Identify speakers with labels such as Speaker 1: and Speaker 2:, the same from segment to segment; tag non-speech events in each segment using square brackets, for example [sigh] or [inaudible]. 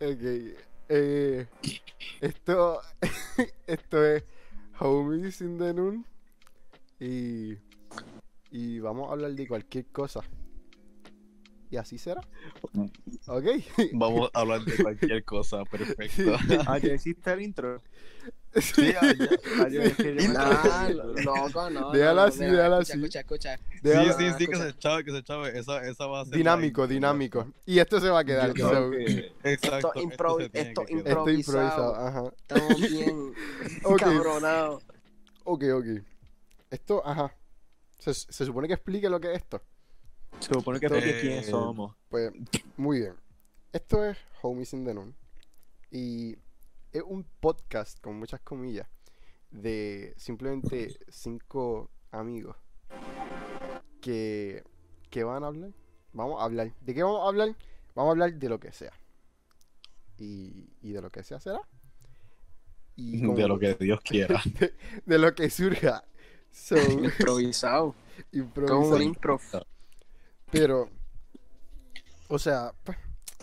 Speaker 1: Ok. Eh, esto, [laughs] esto es Homies in the Noon. Y, y vamos a hablar de cualquier cosa. Y así será. Ok. [laughs]
Speaker 2: Vamos a hablar de cualquier cosa, perfecto.
Speaker 3: [laughs] Ayer Ah, hiciste el intro.
Speaker 2: [laughs] Sí, [laughs] allá.
Speaker 3: Ayer es que yo me-
Speaker 4: Ah, loco, no.
Speaker 1: Déjala
Speaker 4: no,
Speaker 1: así, déjala
Speaker 4: escucha,
Speaker 1: así.
Speaker 4: Escucha, escucha.
Speaker 2: sí,
Speaker 1: Déjalo-
Speaker 2: sí, sí, que
Speaker 4: escucha.
Speaker 2: se chave, que se chave. Esa, esa va a ser.
Speaker 1: dinámico,
Speaker 2: la-
Speaker 1: dinámico. Y esto se va a quedar.
Speaker 2: Yo
Speaker 1: so,
Speaker 2: creo que- Exacto.
Speaker 4: Esto impro-
Speaker 2: se tiene
Speaker 4: esto
Speaker 2: que quedar.
Speaker 4: impro-
Speaker 1: esto improvisado.
Speaker 4: improvisado.
Speaker 1: Ajá. [laughs]
Speaker 4: Estamos bien
Speaker 1: Ok.
Speaker 4: cabronados.
Speaker 1: Ok, ok. Esto, ajá. Se, se supone que explique lo que es esto.
Speaker 3: Se supone que todos
Speaker 2: Eh,
Speaker 3: quiénes somos.
Speaker 1: Pues, muy bien. Esto es Homies in the Noon. Y es un podcast, con muchas comillas, de simplemente cinco amigos que, que van a hablar. Vamos a hablar. ¿De qué vamos a hablar? Vamos a hablar de lo que sea. Y, y de lo que sea será. Y como-
Speaker 2: [laughs] De lo que Dios quiera.
Speaker 1: [laughs] de lo que surja. So,
Speaker 2: [laughs]
Speaker 4: Improvisado. Como
Speaker 1: improvisar.
Speaker 4: un impro.
Speaker 1: Pero, o sea, pues,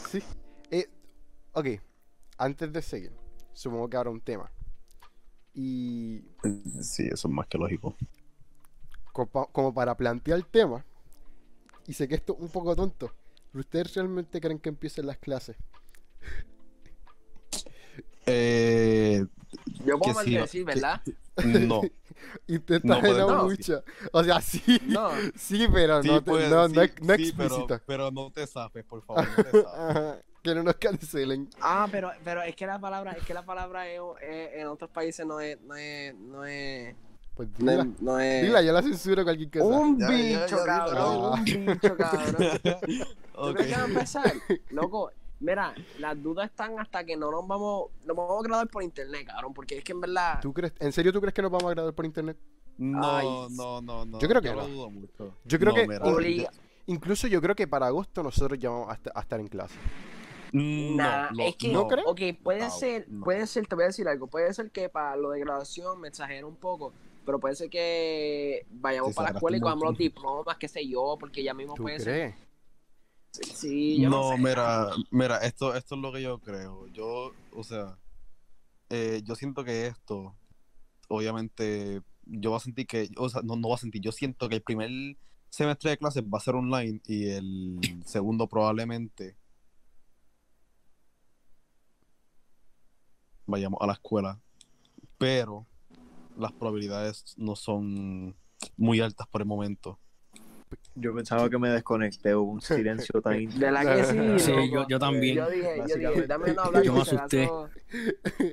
Speaker 1: sí. Eh, ok, antes de seguir, supongo que habrá un tema. Y
Speaker 2: Sí, eso es más que lógico.
Speaker 1: copa- como para plantear el tema, y sé que esto es un poco tonto, pero ¿ustedes realmente creen que empiecen las clases? [laughs]
Speaker 2: Eh,
Speaker 4: Yo puedo
Speaker 2: Que sí,
Speaker 4: maldecir, ¿verdad?
Speaker 1: [laughs]
Speaker 2: no.
Speaker 1: Intenta
Speaker 2: No, pues,
Speaker 1: en
Speaker 2: no.
Speaker 1: mucha. O sea, sí,
Speaker 4: No.
Speaker 1: [laughs] sí, pero
Speaker 2: Sí,
Speaker 1: no, te-
Speaker 2: pues,
Speaker 1: no,
Speaker 2: sí,
Speaker 1: no, es- no
Speaker 2: sí,
Speaker 1: explícita.
Speaker 2: Pero, pero no te zafes, por favor. No
Speaker 1: [laughs]
Speaker 2: te zafes.
Speaker 1: Ajá, que no nos cancelen.
Speaker 4: Ah, pero, pero es que la palabra, es que la palabra es- es- en otros países no es, no es, no es,
Speaker 1: Pues
Speaker 4: no Oh,
Speaker 1: dila,
Speaker 4: es, no es-
Speaker 1: dila, Ah. yo la censuro cualquier cosa.
Speaker 4: Un
Speaker 2: Ya, ya, ya,
Speaker 4: bicho,
Speaker 2: dila,
Speaker 4: cabrón,
Speaker 1: dila.
Speaker 4: un bicho, cabrón.
Speaker 1: [laughs]
Speaker 4: Yo
Speaker 2: [laughs] Ok.
Speaker 4: creo que va a empezar, loco. Mira, las dudas están hasta que no nos vamos, nos vamos a graduar por internet, cabrón, porque es que en verdad,
Speaker 1: ¿Tú crees, ¿En serio tú crees que nos vamos a graduar por internet?
Speaker 2: No,
Speaker 4: Ay.
Speaker 2: no, no, no.
Speaker 1: Yo creo que
Speaker 2: lo
Speaker 1: no.
Speaker 2: dudo mucho.
Speaker 1: Yo creo
Speaker 2: No,
Speaker 1: que
Speaker 2: mira,
Speaker 4: obliga,
Speaker 1: incluso yo creo que para agosto nosotros ya vamos a, esta- a estar en clase.
Speaker 2: Mm,
Speaker 4: Nah,
Speaker 2: lo-
Speaker 4: es que,
Speaker 1: ¿no crees?
Speaker 4: ok, puede
Speaker 2: No,
Speaker 4: ser,
Speaker 2: no.
Speaker 4: puede ser, te voy a decir algo, puede ser que para lo de graduación me exagero un poco, pero puede ser que vayamos
Speaker 2: Te
Speaker 4: para
Speaker 2: exageraste
Speaker 4: la escuela y
Speaker 2: un
Speaker 4: cogamos los
Speaker 2: montón.
Speaker 4: diplomas, qué sé yo, porque ya mismo
Speaker 1: ¿Tú
Speaker 4: puede
Speaker 1: crees?
Speaker 4: ser. Sí, yo no,
Speaker 2: No,
Speaker 4: sé.
Speaker 2: mira, mira, esto, esto es lo que yo creo. Yo, o sea, eh, yo siento que esto, obviamente, yo va a sentir que, o sea, no, no va a sentir, yo siento que el primer semestre de clases va a ser online y el segundo probablemente vayamos a la escuela, pero las probabilidades no son muy altas por el momento.
Speaker 3: Yo pensaba que me desconecté, hubo un silencio [laughs] tan intenso.
Speaker 4: De la que
Speaker 5: [laughs]
Speaker 4: sí,
Speaker 6: Sí,
Speaker 4: loco.
Speaker 6: yo, yo también.
Speaker 4: Yo dije, yo dije,
Speaker 3: Básicamente.
Speaker 4: dame una hablar
Speaker 6: Yo me
Speaker 4: por si
Speaker 6: asusté.
Speaker 4: acaso.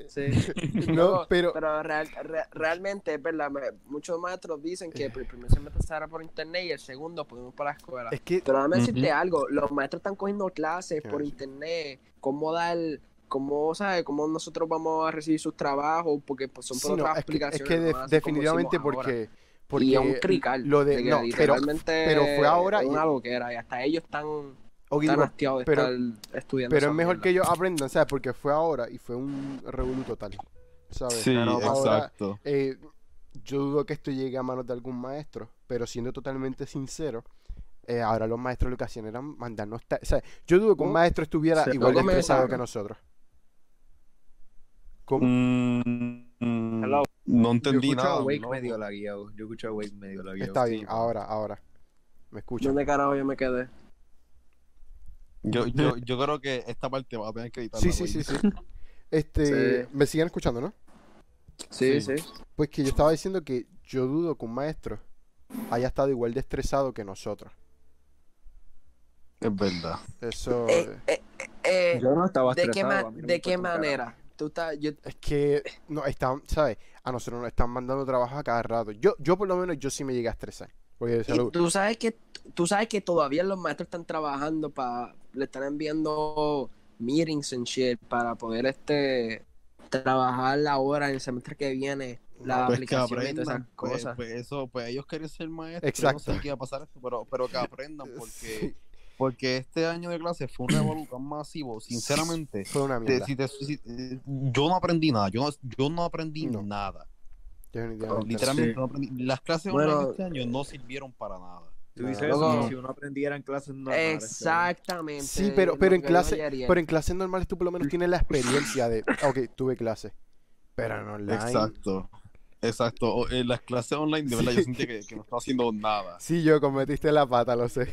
Speaker 4: Sí.
Speaker 1: No, [laughs]
Speaker 4: Loco,
Speaker 1: pero
Speaker 4: Pero real- re- realmente es verdad, me- muchos maestros dicen que el primer semestre se hará por internet y el segundo podemos para la escuela.
Speaker 1: es que
Speaker 4: Pero déjame
Speaker 2: Ujú.
Speaker 4: decirte algo, los maestros están cogiendo clases
Speaker 1: Qué
Speaker 4: por
Speaker 1: bello.
Speaker 4: internet, cómo dar, cómo, ¿sabes? Cómo nosotros vamos a recibir sus trabajos, porque pues, son
Speaker 1: sí,
Speaker 4: por
Speaker 1: no,
Speaker 4: otras
Speaker 1: es que, es que
Speaker 4: aplicaciones.
Speaker 1: de-
Speaker 4: no van a ser como
Speaker 1: definitivamente
Speaker 4: hicimos ahora.
Speaker 1: porque porque
Speaker 4: y es un crical.
Speaker 1: lo de-
Speaker 4: que
Speaker 1: no, pero-
Speaker 4: literalmente
Speaker 1: pero fue ahora
Speaker 4: Es
Speaker 1: y-
Speaker 4: una loquera, y hasta ellos están,
Speaker 1: ok,
Speaker 4: están
Speaker 1: digo,
Speaker 4: hastiados de
Speaker 1: pero-
Speaker 4: estar estudiando.
Speaker 1: pero es mejor que ellos aprendan, ¿sabes? Porque fue ahora y fue un revolú total, ¿sabes?
Speaker 2: Sí,
Speaker 1: Ahora,
Speaker 2: exacto.
Speaker 1: eh, yo dudo que esto llegue a manos de algún maestro, pero siendo totalmente sincero, eh, ahora los maestros lo que hacían era mandarnos... ta- O sea, yo dudo que
Speaker 4: Oh,
Speaker 1: un
Speaker 3: No,
Speaker 1: maestro estuviera
Speaker 3: se-
Speaker 1: igual de
Speaker 4: no me
Speaker 1: estresado
Speaker 4: dejaron.
Speaker 1: que nosotros. ¿Cómo?
Speaker 2: Mm, mm,
Speaker 4: Hello.
Speaker 2: No
Speaker 3: Yo
Speaker 2: entendí
Speaker 3: escucho a
Speaker 2: nada.
Speaker 3: Wake
Speaker 2: no.
Speaker 3: medio lagueado. Yo escucho a Wake medio lagueado.
Speaker 1: Está
Speaker 3: Sí,
Speaker 1: bien, ahora, ahora. ¿Me escuchan?
Speaker 4: ¿Dónde carajo yo me quedé?
Speaker 2: Yo, yo, yo creo que esta parte va a tener que editarla.
Speaker 1: Sí, sí, sí,
Speaker 2: güey.
Speaker 1: sí. [laughs] Este,
Speaker 4: Sí.
Speaker 1: me siguen escuchando, ¿no?
Speaker 4: Sí,
Speaker 2: Sí.
Speaker 4: sí.
Speaker 1: Pues que yo estaba diciendo que yo dudo que un maestro haya estado igual de estresado que nosotros.
Speaker 2: Es verdad.
Speaker 1: Eso
Speaker 4: Eh, eh, eh,
Speaker 3: Yo no estaba
Speaker 4: ¿De qué,
Speaker 3: estresado.
Speaker 4: ma-
Speaker 3: a mí no me
Speaker 4: de qué
Speaker 3: importa un
Speaker 4: manera? Tú estás, yo,
Speaker 1: es que no están, ¿sabes? A nosotros nos están mandando trabajos a cada rato. Yo, yo por lo menos yo sí me llegué a estresar. Porque o sea,
Speaker 4: Y
Speaker 1: lo-
Speaker 4: tú sabes que tú sabes que todavía los maestros están trabajando para le están enviando meetings and shit para poder este trabajar ahora en el semestre que viene la
Speaker 2: Pues que
Speaker 4: aplicación y todas
Speaker 2: aprendan.
Speaker 4: esas
Speaker 2: Pues,
Speaker 4: cosas.
Speaker 2: pues eso, pues ellos querían ser maestros.
Speaker 1: Exacto.
Speaker 2: Yo no sé qué iba a pasar esto, pero, pero que [laughs] aprendan. Porque,
Speaker 1: sí,
Speaker 2: porque este año de clase fue un revolución masivo. Sinceramente,
Speaker 1: fue una
Speaker 2: te-
Speaker 1: mierda.
Speaker 2: si te- si- eh, yo no aprendí nada. Yo no, yo no aprendí
Speaker 1: No.
Speaker 2: nada.
Speaker 1: definitivamente.
Speaker 2: Literalmente no aprendí. Las clases
Speaker 4: Bueno,
Speaker 2: online este año no sirvieron para nada.
Speaker 3: Tú dices
Speaker 1: No,
Speaker 3: eso
Speaker 4: loco.
Speaker 3: como si uno aprendiera en clases normales.
Speaker 4: Exactamente.
Speaker 1: Sí, pero, pero
Speaker 4: lo
Speaker 1: en
Speaker 4: que
Speaker 1: clase,
Speaker 4: dijo Yeriel.
Speaker 1: pero en clases normales tú por lo menos tienes la experiencia de, ok, tuve clase, pero no online.
Speaker 2: Exacto. Exacto. O- En las clases online, de verdad, yo
Speaker 1: Sí.
Speaker 2: sentía que, que no estaba haciendo nada.
Speaker 1: Sí, yo cometiste la pata, lo sé.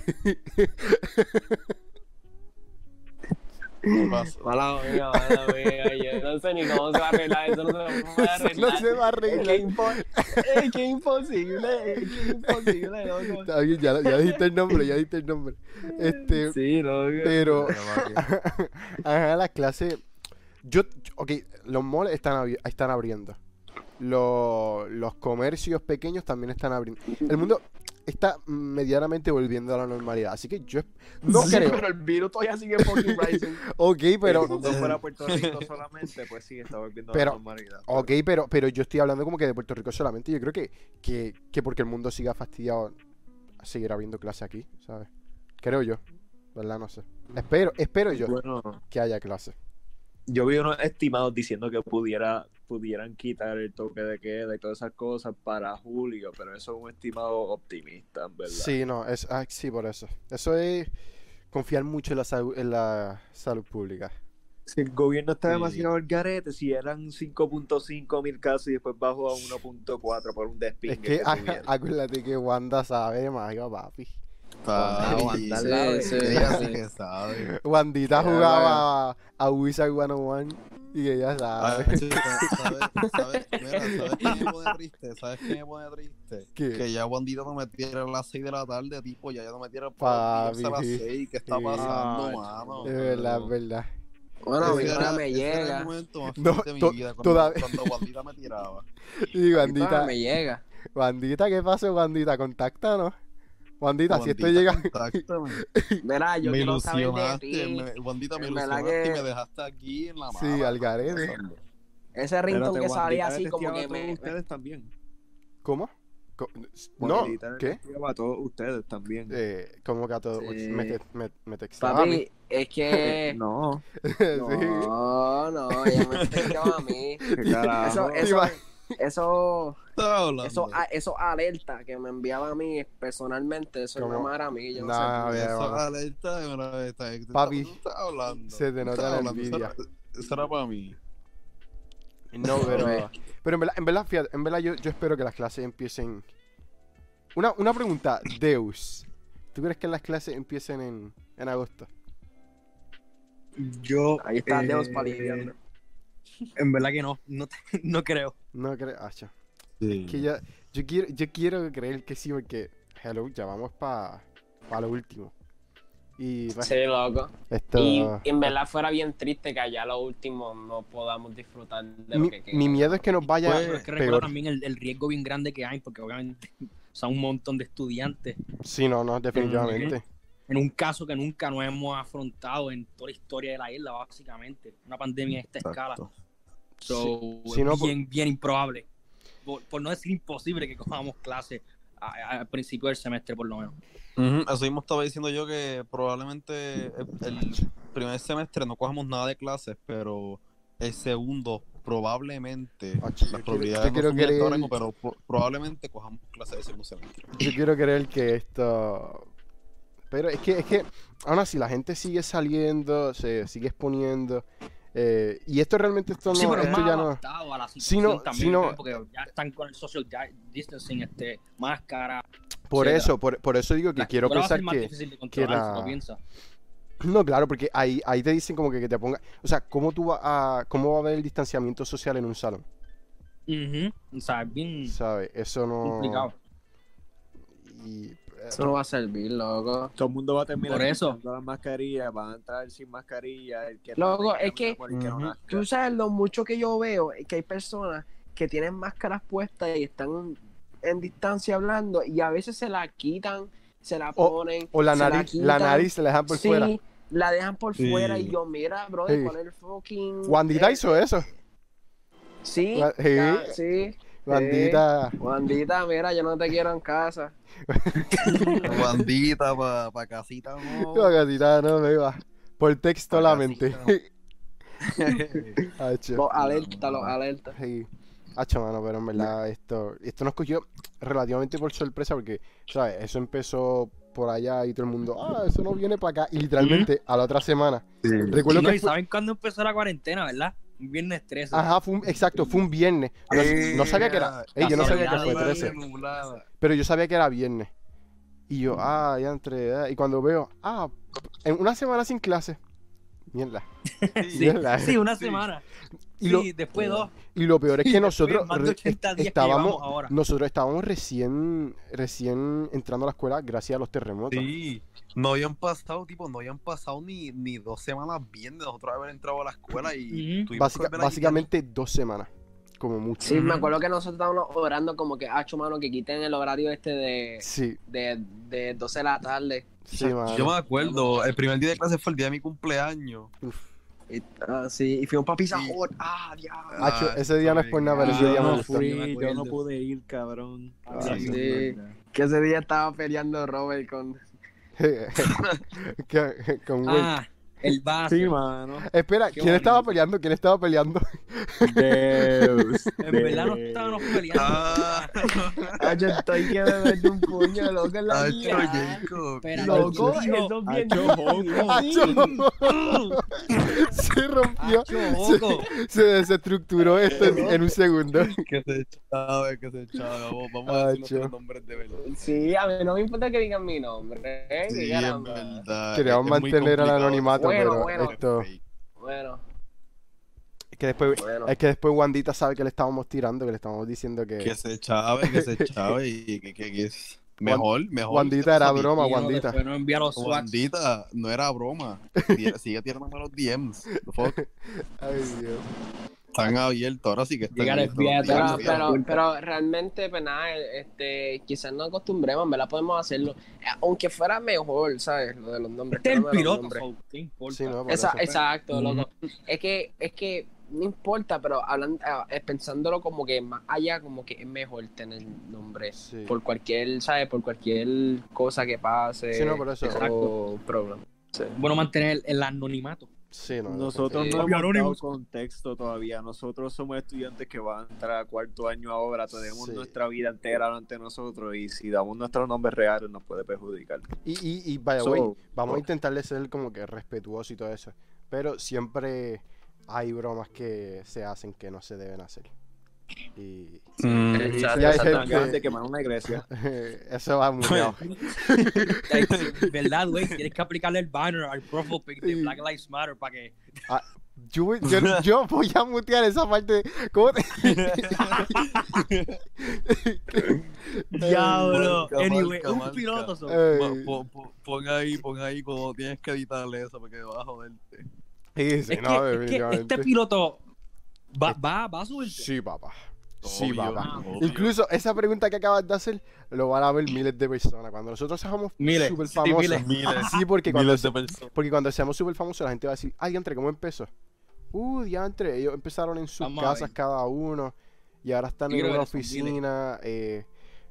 Speaker 2: No pasa.
Speaker 6: Mala mía, mala mía. Yo no sé ni cómo se va a arreglar eso. No
Speaker 5: [laughs]
Speaker 6: se puede arreglar.
Speaker 1: [laughs] no se va a
Speaker 6: Es que
Speaker 1: arreglar.
Speaker 6: impo- es que imposible. Es que imposible, loco.
Speaker 1: Está bien, ya, ya dijiste el nombre, ya dijiste el nombre. Este,
Speaker 6: Sí, loco.
Speaker 1: pero, [laughs] ajá, las clases, yo, ok, los malls están, abri- están abriendo. Los, los comercios pequeños también están abriendo. El mundo está medianamente volviendo a la normalidad, así que yo no
Speaker 6: Sí,
Speaker 1: creo.
Speaker 6: Pero el virus todavía sigue fucking rising.
Speaker 1: Ok,
Speaker 3: Pero
Speaker 6: [laughs]
Speaker 1: pero
Speaker 3: [laughs] si tú fuera a Puerto Rico solamente, pues sí, está volviendo a
Speaker 1: Pero-
Speaker 3: la normalidad.
Speaker 1: Ok, pero, pero yo estoy hablando como que de Puerto Rico solamente. Yo creo que, que, que porque el mundo siga fastidiado, seguirá habiendo clase aquí, ¿sabes? Creo yo, ¿verdad? No sé. Espero, espero yo
Speaker 3: Bueno,
Speaker 1: que haya clase.
Speaker 3: yo vi unos estimados diciendo que pudiera, pudieran quitar el toque de queda y todas esas cosas para julio, pero eso es un estimado optimista, en ¿verdad?
Speaker 1: Sí, no, es, ah, sí, por eso. Eso es confiar mucho en la, salud- en la salud pública.
Speaker 3: Si el gobierno está
Speaker 2: Sí.
Speaker 3: demasiado al garete, si eran 5.5 mil casos y después bajó a 1.4 por un despingue.
Speaker 1: Es que,
Speaker 3: que
Speaker 1: ah,
Speaker 3: tuvieron.
Speaker 1: acuérdate que Wanda sabe de magia, papi.
Speaker 2: Ah,
Speaker 3: Aguantar,
Speaker 2: sí,
Speaker 3: aguantar.
Speaker 4: Sí, sí,
Speaker 2: Ella
Speaker 4: sí.
Speaker 1: [laughs]
Speaker 2: sí que sabe.
Speaker 1: Wandita
Speaker 3: Ya,
Speaker 1: jugaba a, a Wizard 101 y ella
Speaker 2: Ah,
Speaker 1: sabe.
Speaker 2: sí, ¿Sabes sabes- mira, ¿sabes qué me pone triste? ¿Sabes qué me pone triste?
Speaker 1: ¿Qué?
Speaker 2: Que ya Wandita no metiera a las 6 de la tarde, tipo, ya ya no metiera a
Speaker 1: Papi,
Speaker 2: las
Speaker 1: sí.
Speaker 2: 6. ¿Qué está
Speaker 1: Sí.
Speaker 2: pasando,
Speaker 3: Ay,
Speaker 2: mano?
Speaker 1: Es verdad, es verdad.
Speaker 4: Bueno, a mí
Speaker 2: Ese
Speaker 4: ahora
Speaker 2: era-
Speaker 4: me
Speaker 2: ese era el
Speaker 4: llega.
Speaker 2: momento más
Speaker 1: No,
Speaker 2: fuerte de mi
Speaker 1: to-
Speaker 2: vida, cuando-
Speaker 1: todavía-
Speaker 2: Cuando Wandita
Speaker 1: [laughs]
Speaker 2: me tiraba.
Speaker 1: Y
Speaker 4: A mí ahora
Speaker 1: Wandita,
Speaker 4: me llega.
Speaker 1: Wandita, ¿qué pasa, Wandita? Contáctanos. Wandita, si esto
Speaker 2: Wandita,
Speaker 1: llega.
Speaker 2: contáctame.
Speaker 4: Mira, yo
Speaker 2: me
Speaker 4: quiero saber de
Speaker 2: ilusionaste,
Speaker 4: ti.
Speaker 2: me, Wandita, me
Speaker 4: En verdad
Speaker 2: ilusionaste y
Speaker 4: que-
Speaker 2: me dejaste aquí en la mano.
Speaker 1: Sí, al garete.
Speaker 4: Ese ringtone
Speaker 3: Espérate,
Speaker 4: que salía
Speaker 3: Wandita
Speaker 4: así como
Speaker 3: testeaba
Speaker 4: que
Speaker 3: a todos
Speaker 4: me...
Speaker 3: ustedes también.
Speaker 1: ¿Cómo? Co- No,
Speaker 3: Wandita
Speaker 1: ¿qué?
Speaker 3: testeaba a todos ustedes también.
Speaker 1: Eh, como que a todo.
Speaker 4: Sí.
Speaker 1: Me, te- me, me textaba a mí.
Speaker 4: Papi, es que...
Speaker 3: Eh, No,
Speaker 1: [laughs] sí.
Speaker 4: No, no, ella me testeaba a mí.
Speaker 3: qué carajo.
Speaker 4: Eso,
Speaker 1: Ajá.
Speaker 4: eso,
Speaker 1: Iba-
Speaker 4: eso,
Speaker 2: Estaba hablando.
Speaker 4: eso, eso alerta que me enviaba a mí personalmente, eso
Speaker 1: ¿Cómo?
Speaker 4: no me era a mí, yo no
Speaker 1: Nah,
Speaker 4: sé.
Speaker 1: ve,
Speaker 2: Eso,
Speaker 1: vamos.
Speaker 2: dale, está de una vez, está bien.
Speaker 1: Papi,
Speaker 2: Tú estás hablando.
Speaker 1: se te
Speaker 2: Tú
Speaker 1: nota
Speaker 2: estás
Speaker 1: la
Speaker 2: hablando, eso
Speaker 1: envidia.
Speaker 2: era- Eso era para mí.
Speaker 1: No, pero.
Speaker 4: pues,
Speaker 1: Pero en verdad, en verdad, fíjate, en verdad yo, yo espero que las clases empiecen. Una, una pregunta, Deus. ¿Tú crees que las clases empiecen en, en agosto?
Speaker 5: Yo.
Speaker 4: Ahí está
Speaker 5: eh,
Speaker 4: Dios palideando.
Speaker 5: En verdad que no. No, te- no creo.
Speaker 1: No creo. Acha.
Speaker 2: Sí.
Speaker 1: Que ya, yo, quiero, yo quiero creer que sí, porque, hello, ya vamos para lo último. Y pues,
Speaker 6: Sí, loco.
Speaker 1: esto.
Speaker 6: Y en verdad fuera bien triste que allá lo último no podamos disfrutar de lo
Speaker 1: mi,
Speaker 6: que queda.
Speaker 1: mi miedo es que nos vaya
Speaker 2: Pues,
Speaker 5: Pero es que recuerda
Speaker 1: peor.
Speaker 5: también el, el riesgo bien grande que hay, porque obviamente son un montón de estudiantes.
Speaker 1: Sí, no,
Speaker 2: Mm,
Speaker 1: no, definitivamente.
Speaker 5: En un caso que nunca nos hemos afrontado en toda la historia de la isla, básicamente. Una pandemia de esta escala.
Speaker 2: Exacto.
Speaker 5: So,
Speaker 1: si
Speaker 5: es
Speaker 1: no, por-
Speaker 5: bien, bien improbable. Por, por no decir imposible que cojamos clases a- a- al principio del semestre, por lo menos.
Speaker 2: Ujú, Eso mismo estaba diciendo yo que probablemente el- el primer semestre no cojamos nada de clases, pero el segundo probablemente.
Speaker 1: Ach, pues, yo
Speaker 2: Las
Speaker 1: quiero-
Speaker 2: probabilidades
Speaker 1: yo quiero,
Speaker 2: no son bien
Speaker 1: creer,
Speaker 2: altas ahora mismo, pero pro- probablemente cojamos clases el segundo semestre.
Speaker 1: yo quiero creer que esto. Pero es que, es que, aún así, la gente sigue saliendo, se sigue exponiendo. eh, y esto realmente esto no,
Speaker 5: sí, pero es
Speaker 1: esto
Speaker 5: más
Speaker 1: ya no.
Speaker 5: adaptado a la situación
Speaker 1: Sí, no,
Speaker 5: también,
Speaker 1: sí, no.
Speaker 5: ¿sabes? porque ya están con el social di- distancing, este, máscara.
Speaker 1: Por
Speaker 5: Sí,
Speaker 1: eso, por, por eso digo que
Speaker 5: La
Speaker 1: quiero
Speaker 5: escuela va a ser
Speaker 1: pensar
Speaker 5: más
Speaker 1: que.
Speaker 5: difícil de controlar,
Speaker 1: la-
Speaker 5: si lo piensas.
Speaker 1: No, claro, porque ahí, ahí te dicen como que, que te ponga, o sea, cómo tú vas a, cómo va a haber el distanciamiento social en un salón,
Speaker 5: Ujú, O sea, es bien
Speaker 1: ¿sabes? Eso no.
Speaker 5: complicado.
Speaker 1: Y, eh,
Speaker 4: Eso no va a servir, loco.
Speaker 3: Todo el mundo va a terminar
Speaker 5: Por eso.
Speaker 3: quitando las mascarillas, van a entrar sin mascarilla. El que
Speaker 4: Loco,
Speaker 3: camina
Speaker 4: es que-
Speaker 3: por el no
Speaker 1: Ujú.
Speaker 3: nazca.
Speaker 4: Tú sabes lo mucho que yo veo es que hay personas que tienen máscaras puestas y están en distancia hablando y a veces se la quitan, se la
Speaker 1: O-
Speaker 4: ponen.
Speaker 1: o la
Speaker 4: se
Speaker 1: nariz, la
Speaker 4: quitan.
Speaker 1: nariz se la dejan por
Speaker 4: sí,
Speaker 1: fuera.
Speaker 4: la dejan por
Speaker 2: Sí.
Speaker 4: fuera y yo, mira, bro,
Speaker 1: Sí.
Speaker 4: ¿cuál es el fucking.
Speaker 1: Wandita
Speaker 4: eh,
Speaker 1: hizo eso.
Speaker 4: Sí,
Speaker 1: Wa- sí.
Speaker 4: ya, sí.
Speaker 1: Wandita.
Speaker 4: Wandita, mira, yo no te quiero en casa.
Speaker 2: Bandita para casita, no.
Speaker 1: Wandita, no me iba. Por texto la mente.
Speaker 4: Los
Speaker 1: Hacho.
Speaker 4: alerta, los alerta.
Speaker 1: Sí. Hacho, mano, pero en verdad esto, esto nos cogió relativamente por sorpresa porque, ¿sabes? Eso empezó por allá y todo el mundo, ah, eso no viene para acá. Y literalmente a la otra semana. Recuerdo
Speaker 5: Sí, no,
Speaker 1: que
Speaker 5: y
Speaker 1: fue-
Speaker 5: saben cuándo empezó la cuarentena, ¿verdad? Un viernes 13.
Speaker 1: Ajá, fue un- exacto, fue un viernes. No, no sabía que era. Ey, yo no sabía que fue
Speaker 5: Casualidad,
Speaker 1: 13. Pero yo sabía que era viernes. Y yo, ah, ya entré. ah, Y cuando veo, ah, en una semana sin clase. Mierda.
Speaker 6: [laughs]
Speaker 5: Sí,
Speaker 1: mierda.
Speaker 5: sí, una
Speaker 2: Sí.
Speaker 5: semana.
Speaker 1: Y
Speaker 5: Sí,
Speaker 1: lo-
Speaker 5: después dos.
Speaker 1: Y lo peor es que
Speaker 5: después
Speaker 1: nosotros
Speaker 5: más de
Speaker 1: re-
Speaker 5: 80 días que
Speaker 1: estábamos,
Speaker 5: llevamos ahora.
Speaker 1: nosotros estábamos recién, recién entrando a la escuela gracias a los terremotos.
Speaker 2: Sí, no habían pasado, tipo, no habían pasado ni, ni dos semanas bien de nosotros haber entrado a la escuela y
Speaker 5: Ujú.
Speaker 2: tuvimos que
Speaker 1: Básica-
Speaker 2: volver a
Speaker 1: básicamente dos semanas, como mucho.
Speaker 7: Sí,
Speaker 5: Ujú.
Speaker 7: me acuerdo que nosotros estábamos orando como que, hacho, mano, que quiten el horario este de,
Speaker 1: Sí,
Speaker 7: de, de 12 de la tarde.
Speaker 1: sí, mano.
Speaker 2: llegar. Yo me acuerdo, el primer día de clase fue el día de mi cumpleaños.
Speaker 7: Y, ah, sí, y fuimos para Pizza
Speaker 2: Sí.
Speaker 7: Hut. Ah, diablo.
Speaker 1: Hacho, ese día no es por nada, pero
Speaker 2: Ah,
Speaker 1: ese día me
Speaker 3: no
Speaker 1: gustó. [laughs]
Speaker 5: fui. me
Speaker 3: fui, yo
Speaker 5: acuerdo.
Speaker 3: no pude ir, cabrón.
Speaker 2: Ah,
Speaker 3: Sí.
Speaker 2: sí.
Speaker 7: Que ese día estaba peleando Robert con...
Speaker 1: Que- con Will.
Speaker 5: Ah, el vaso.
Speaker 3: Sí, mano.
Speaker 1: Espera,
Speaker 5: qué
Speaker 1: ¿quién estaba
Speaker 5: bonito.
Speaker 1: peleando? ¿Quién estaba peleando?
Speaker 3: Deus.
Speaker 5: en verdad no estábamos peleando.
Speaker 2: Ah,
Speaker 7: Hacho, estoy que me meto un puño, loco, en la
Speaker 2: ah,
Speaker 7: vida.
Speaker 2: Jacob.
Speaker 5: Espera,
Speaker 7: Loco,
Speaker 5: yo- yo-
Speaker 3: Eso es bien Hacho, [laughs]
Speaker 1: Hacho, [laughs] se rompió,
Speaker 5: Hacho, loco.
Speaker 1: se desestructuró esto en, en un segundo.
Speaker 2: [laughs] que se chave, que se chave. Vamos, vamos a decir
Speaker 1: Acho.
Speaker 2: nuestros nombres de verdad.
Speaker 4: Sí, a mí no me importa que digan mi nombre. ¿eh?
Speaker 2: Sí, en
Speaker 4: Caramba.
Speaker 2: verdad.
Speaker 1: Queríamos
Speaker 2: es- es muy
Speaker 1: mantener el
Speaker 2: complicado.
Speaker 1: anonimato,
Speaker 4: Bueno,
Speaker 1: pero
Speaker 4: bueno.
Speaker 1: esto.
Speaker 4: Bueno,
Speaker 1: Es que después,
Speaker 4: bueno.
Speaker 1: es que después Wandita sabe que le estábamos tirando, que le estábamos diciendo que.
Speaker 2: Que se chave,
Speaker 1: [laughs]
Speaker 2: que se chave y que, que, que es mejor, mejor.
Speaker 1: Wandita era
Speaker 2: Eso,
Speaker 1: broma,
Speaker 5: Y no,
Speaker 1: Wandita.
Speaker 5: después no envía los swats.
Speaker 2: Wandita, no era broma.
Speaker 1: [laughs]
Speaker 2: Die- Sigue tirándome los DMs. Fuck,
Speaker 1: Ay, Dios.
Speaker 2: Están abiertos, ahora sí que están
Speaker 5: Llegar al
Speaker 2: abiertos los
Speaker 5: FBI atrás,
Speaker 2: DMs,
Speaker 4: Pero,
Speaker 5: Sí,
Speaker 2: ya.
Speaker 4: pero, pero realmente, pues nada, este, quizás no acostumbremos, ¿verdad? Podemos hacerlo. Eh, Aunque fuera mejor, ¿sabes? Lo de los nombres.
Speaker 5: Este
Speaker 4: que
Speaker 5: es el
Speaker 4: no me los
Speaker 5: piloto,
Speaker 4: nombres.
Speaker 5: so, ¿qué importa?
Speaker 1: Sí, no, por
Speaker 4: Esa-
Speaker 1: eso.
Speaker 4: exacto,
Speaker 5: Ujú.
Speaker 4: loco. Es que, es que no importa, pero hablan, ah, eh, pensándolo como que más allá, como que es mejor tener nombres.
Speaker 1: Sí.
Speaker 4: Por cualquier, ¿sabes? Por cualquier cosa que pase.
Speaker 1: Sí, no, por eso.
Speaker 4: O problema.
Speaker 5: Bueno, mantener el, el anonimato.
Speaker 1: Sí, no,
Speaker 3: Nosotros
Speaker 4: Sí.
Speaker 3: no hemos dado
Speaker 5: Anonymous.
Speaker 3: contexto todavía. Nosotros somos estudiantes que van a entrar a cuarto año ahora. Tenemos
Speaker 1: Sí.
Speaker 3: nuestra vida entera ante nosotros y si damos nuestros nombres reales nos puede perjudicar.
Speaker 1: Y, y, y, by the
Speaker 3: So,
Speaker 1: way, vamos a
Speaker 3: oh.
Speaker 1: intentarle ser como que respetuoso y todo eso. Pero siempre hay bromas que se hacen que no se deben hacer. Y [laughs]
Speaker 2: Mm,
Speaker 3: Y
Speaker 4: Exacto,
Speaker 3: se
Speaker 1: hay
Speaker 3: hace tan
Speaker 1: gente-
Speaker 3: grande quemar una [laughs] iglesia.
Speaker 1: eso va muy bien. [laughs]
Speaker 5: Ay, sí, ¿Verdad, güey? Tienes que aplicarle el banner al profile pic de
Speaker 1: Sí.
Speaker 5: Black Lives Matter para que.
Speaker 1: Yo, yo, yo voy a mutear esa parte. ¿Cómo te- Mm.
Speaker 5: Diablo.
Speaker 2: marca,
Speaker 5: Anyway,
Speaker 2: marca,
Speaker 5: un
Speaker 2: marca.
Speaker 5: piloto. so.
Speaker 1: Ey,
Speaker 2: [laughs] po- po- po- Pon ahí, pon ahí cuando tienes que editarle eso porque va a joderte.
Speaker 1: sí,
Speaker 5: Es
Speaker 1: sí,
Speaker 5: que-
Speaker 1: no,
Speaker 5: es que este
Speaker 1: definitivamente.
Speaker 5: piloto va, va, va a subir.
Speaker 1: Sí, papá. Sí,
Speaker 2: Obvio,
Speaker 1: papá.
Speaker 2: obvio.
Speaker 1: Incluso esa pregunta que acabas de hacer lo van a ver miles de personas. Cuando nosotros seamos
Speaker 5: Miles,
Speaker 1: super
Speaker 5: sí,
Speaker 1: famosos.
Speaker 5: miles.
Speaker 2: Miles,
Speaker 1: Sí, porque cuando
Speaker 2: miles de personas.
Speaker 1: Porque cuando seamos súper famosos, la gente va a decir, ay, diantre, ¿cómo empezó? Uh, diantre, ellos empezaron en sus
Speaker 5: Vamos a
Speaker 1: casas
Speaker 5: ver.
Speaker 1: cada uno y ahora están
Speaker 5: Yo
Speaker 1: en
Speaker 5: creo
Speaker 1: una
Speaker 5: que son miles.
Speaker 1: oficina eh,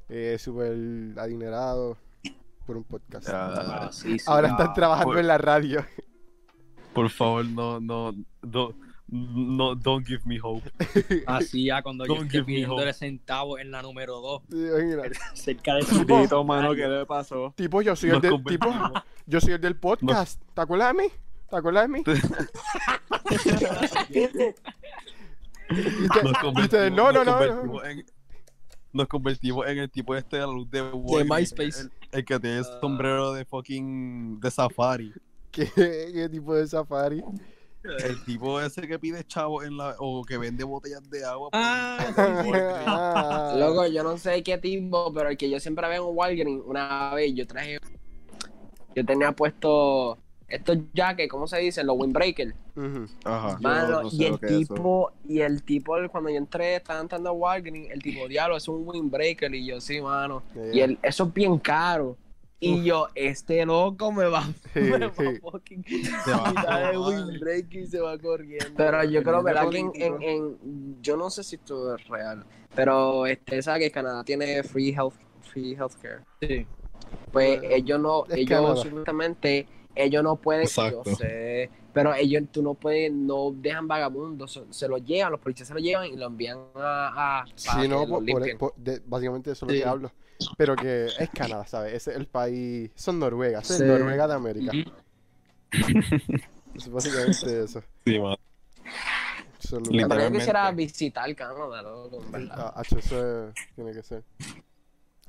Speaker 1: eh, súper adinerados por un
Speaker 3: Ah,
Speaker 1: podcast.
Speaker 2: Ya,
Speaker 1: ahora
Speaker 2: Ah,
Speaker 1: están trabajando
Speaker 2: por-
Speaker 1: en la radio. [laughs]
Speaker 2: Por favor, no, no, no, no, don't give me hope.
Speaker 5: Así Ah, ya cuando yo
Speaker 2: Don't
Speaker 5: esté
Speaker 2: give me
Speaker 5: pidiéndole
Speaker 2: hope.
Speaker 5: centavos en la número 2.
Speaker 1: Imagina,
Speaker 5: Cerca de su
Speaker 3: Bendito, mano, ¿qué le pasó?
Speaker 1: tipo, yo soy,
Speaker 2: Nos
Speaker 1: el del, tipo,
Speaker 2: convertimos.
Speaker 1: yo soy el del podcast. ¿Te acuerdas de mí? ¿Te acuerdas de mí? Y te-
Speaker 2: Nos
Speaker 1: y te-
Speaker 2: convertimos,
Speaker 1: no, no, no,
Speaker 2: nos
Speaker 1: no.
Speaker 2: convertimos en- nos convertimos en el tipo este de la luz de Warwick,
Speaker 5: MySpace.
Speaker 2: El, el que tiene
Speaker 5: Ah.
Speaker 2: sombrero de fucking de safari.
Speaker 1: [laughs] ¿Qué, qué tipo de safari?
Speaker 2: El tipo ese que pide chavo en la o que vende botellas de agua. pues, por-
Speaker 1: [laughs]
Speaker 5: Ah, sí, sí.
Speaker 1: Ah.
Speaker 4: Loco, yo no sé qué tipo, pero el que yo siempre veo en Walgreens, una vez yo traje. Yo tenía puesto estos jackets, ¿cómo se dice? Los windbreakers.
Speaker 1: Ujú.
Speaker 2: Ajá.
Speaker 3: Yo
Speaker 4: Mano,
Speaker 3: no sé
Speaker 4: y el
Speaker 3: lo que es eso.
Speaker 4: tipo, y el tipo, cuando yo entré, estaba entrando a Walgreens, el tipo, diablo, es un windbreaker. Y yo, sí, mano.
Speaker 1: Ya,
Speaker 4: Y
Speaker 1: ya.
Speaker 4: él, eso es bien caro. Y yo, este loco me va,
Speaker 1: Sí,
Speaker 4: me va
Speaker 1: sí.
Speaker 4: fucking
Speaker 5: [laughs]
Speaker 2: Se va a
Speaker 4: quitar el
Speaker 5: eh,
Speaker 2: acabar.
Speaker 4: windbreaker y se va corriendo. Pero yo creo, ¿verdad? Que en, en,
Speaker 1: político.
Speaker 4: en- yo no sé si esto es real, pero este, ¿sabes que Canadá tiene free health free healthcare?
Speaker 5: Sí.
Speaker 4: Pues
Speaker 1: Bueno,
Speaker 4: ellos no,
Speaker 1: es Canadá.
Speaker 4: ellos supuestamente, ellos no pueden,
Speaker 2: Exacto.
Speaker 4: yo sé, pero ellos, tú no puedes, no dejan vagabundos, se, se los llevan, los policías se los llevan y lo envían a, a para
Speaker 1: Sí, no,
Speaker 4: que
Speaker 1: por-
Speaker 4: los
Speaker 1: por-
Speaker 4: limpien.
Speaker 1: por- de- básicamente eso es lo
Speaker 4: Sí.
Speaker 1: que hablo. Pero que es Canadá, ¿sabes? Ese es el país. Son Noruega, eso es
Speaker 4: Sí.
Speaker 1: Noruega de América. Es básicamente eso.
Speaker 2: Sí, mano.
Speaker 1: Eso es lo que-
Speaker 2: Literal.
Speaker 4: Pero yo quisiera
Speaker 2: Literalmente.
Speaker 4: visitar Canadá, loco, en verdad.
Speaker 1: Ah, H, eso es- tiene que ser.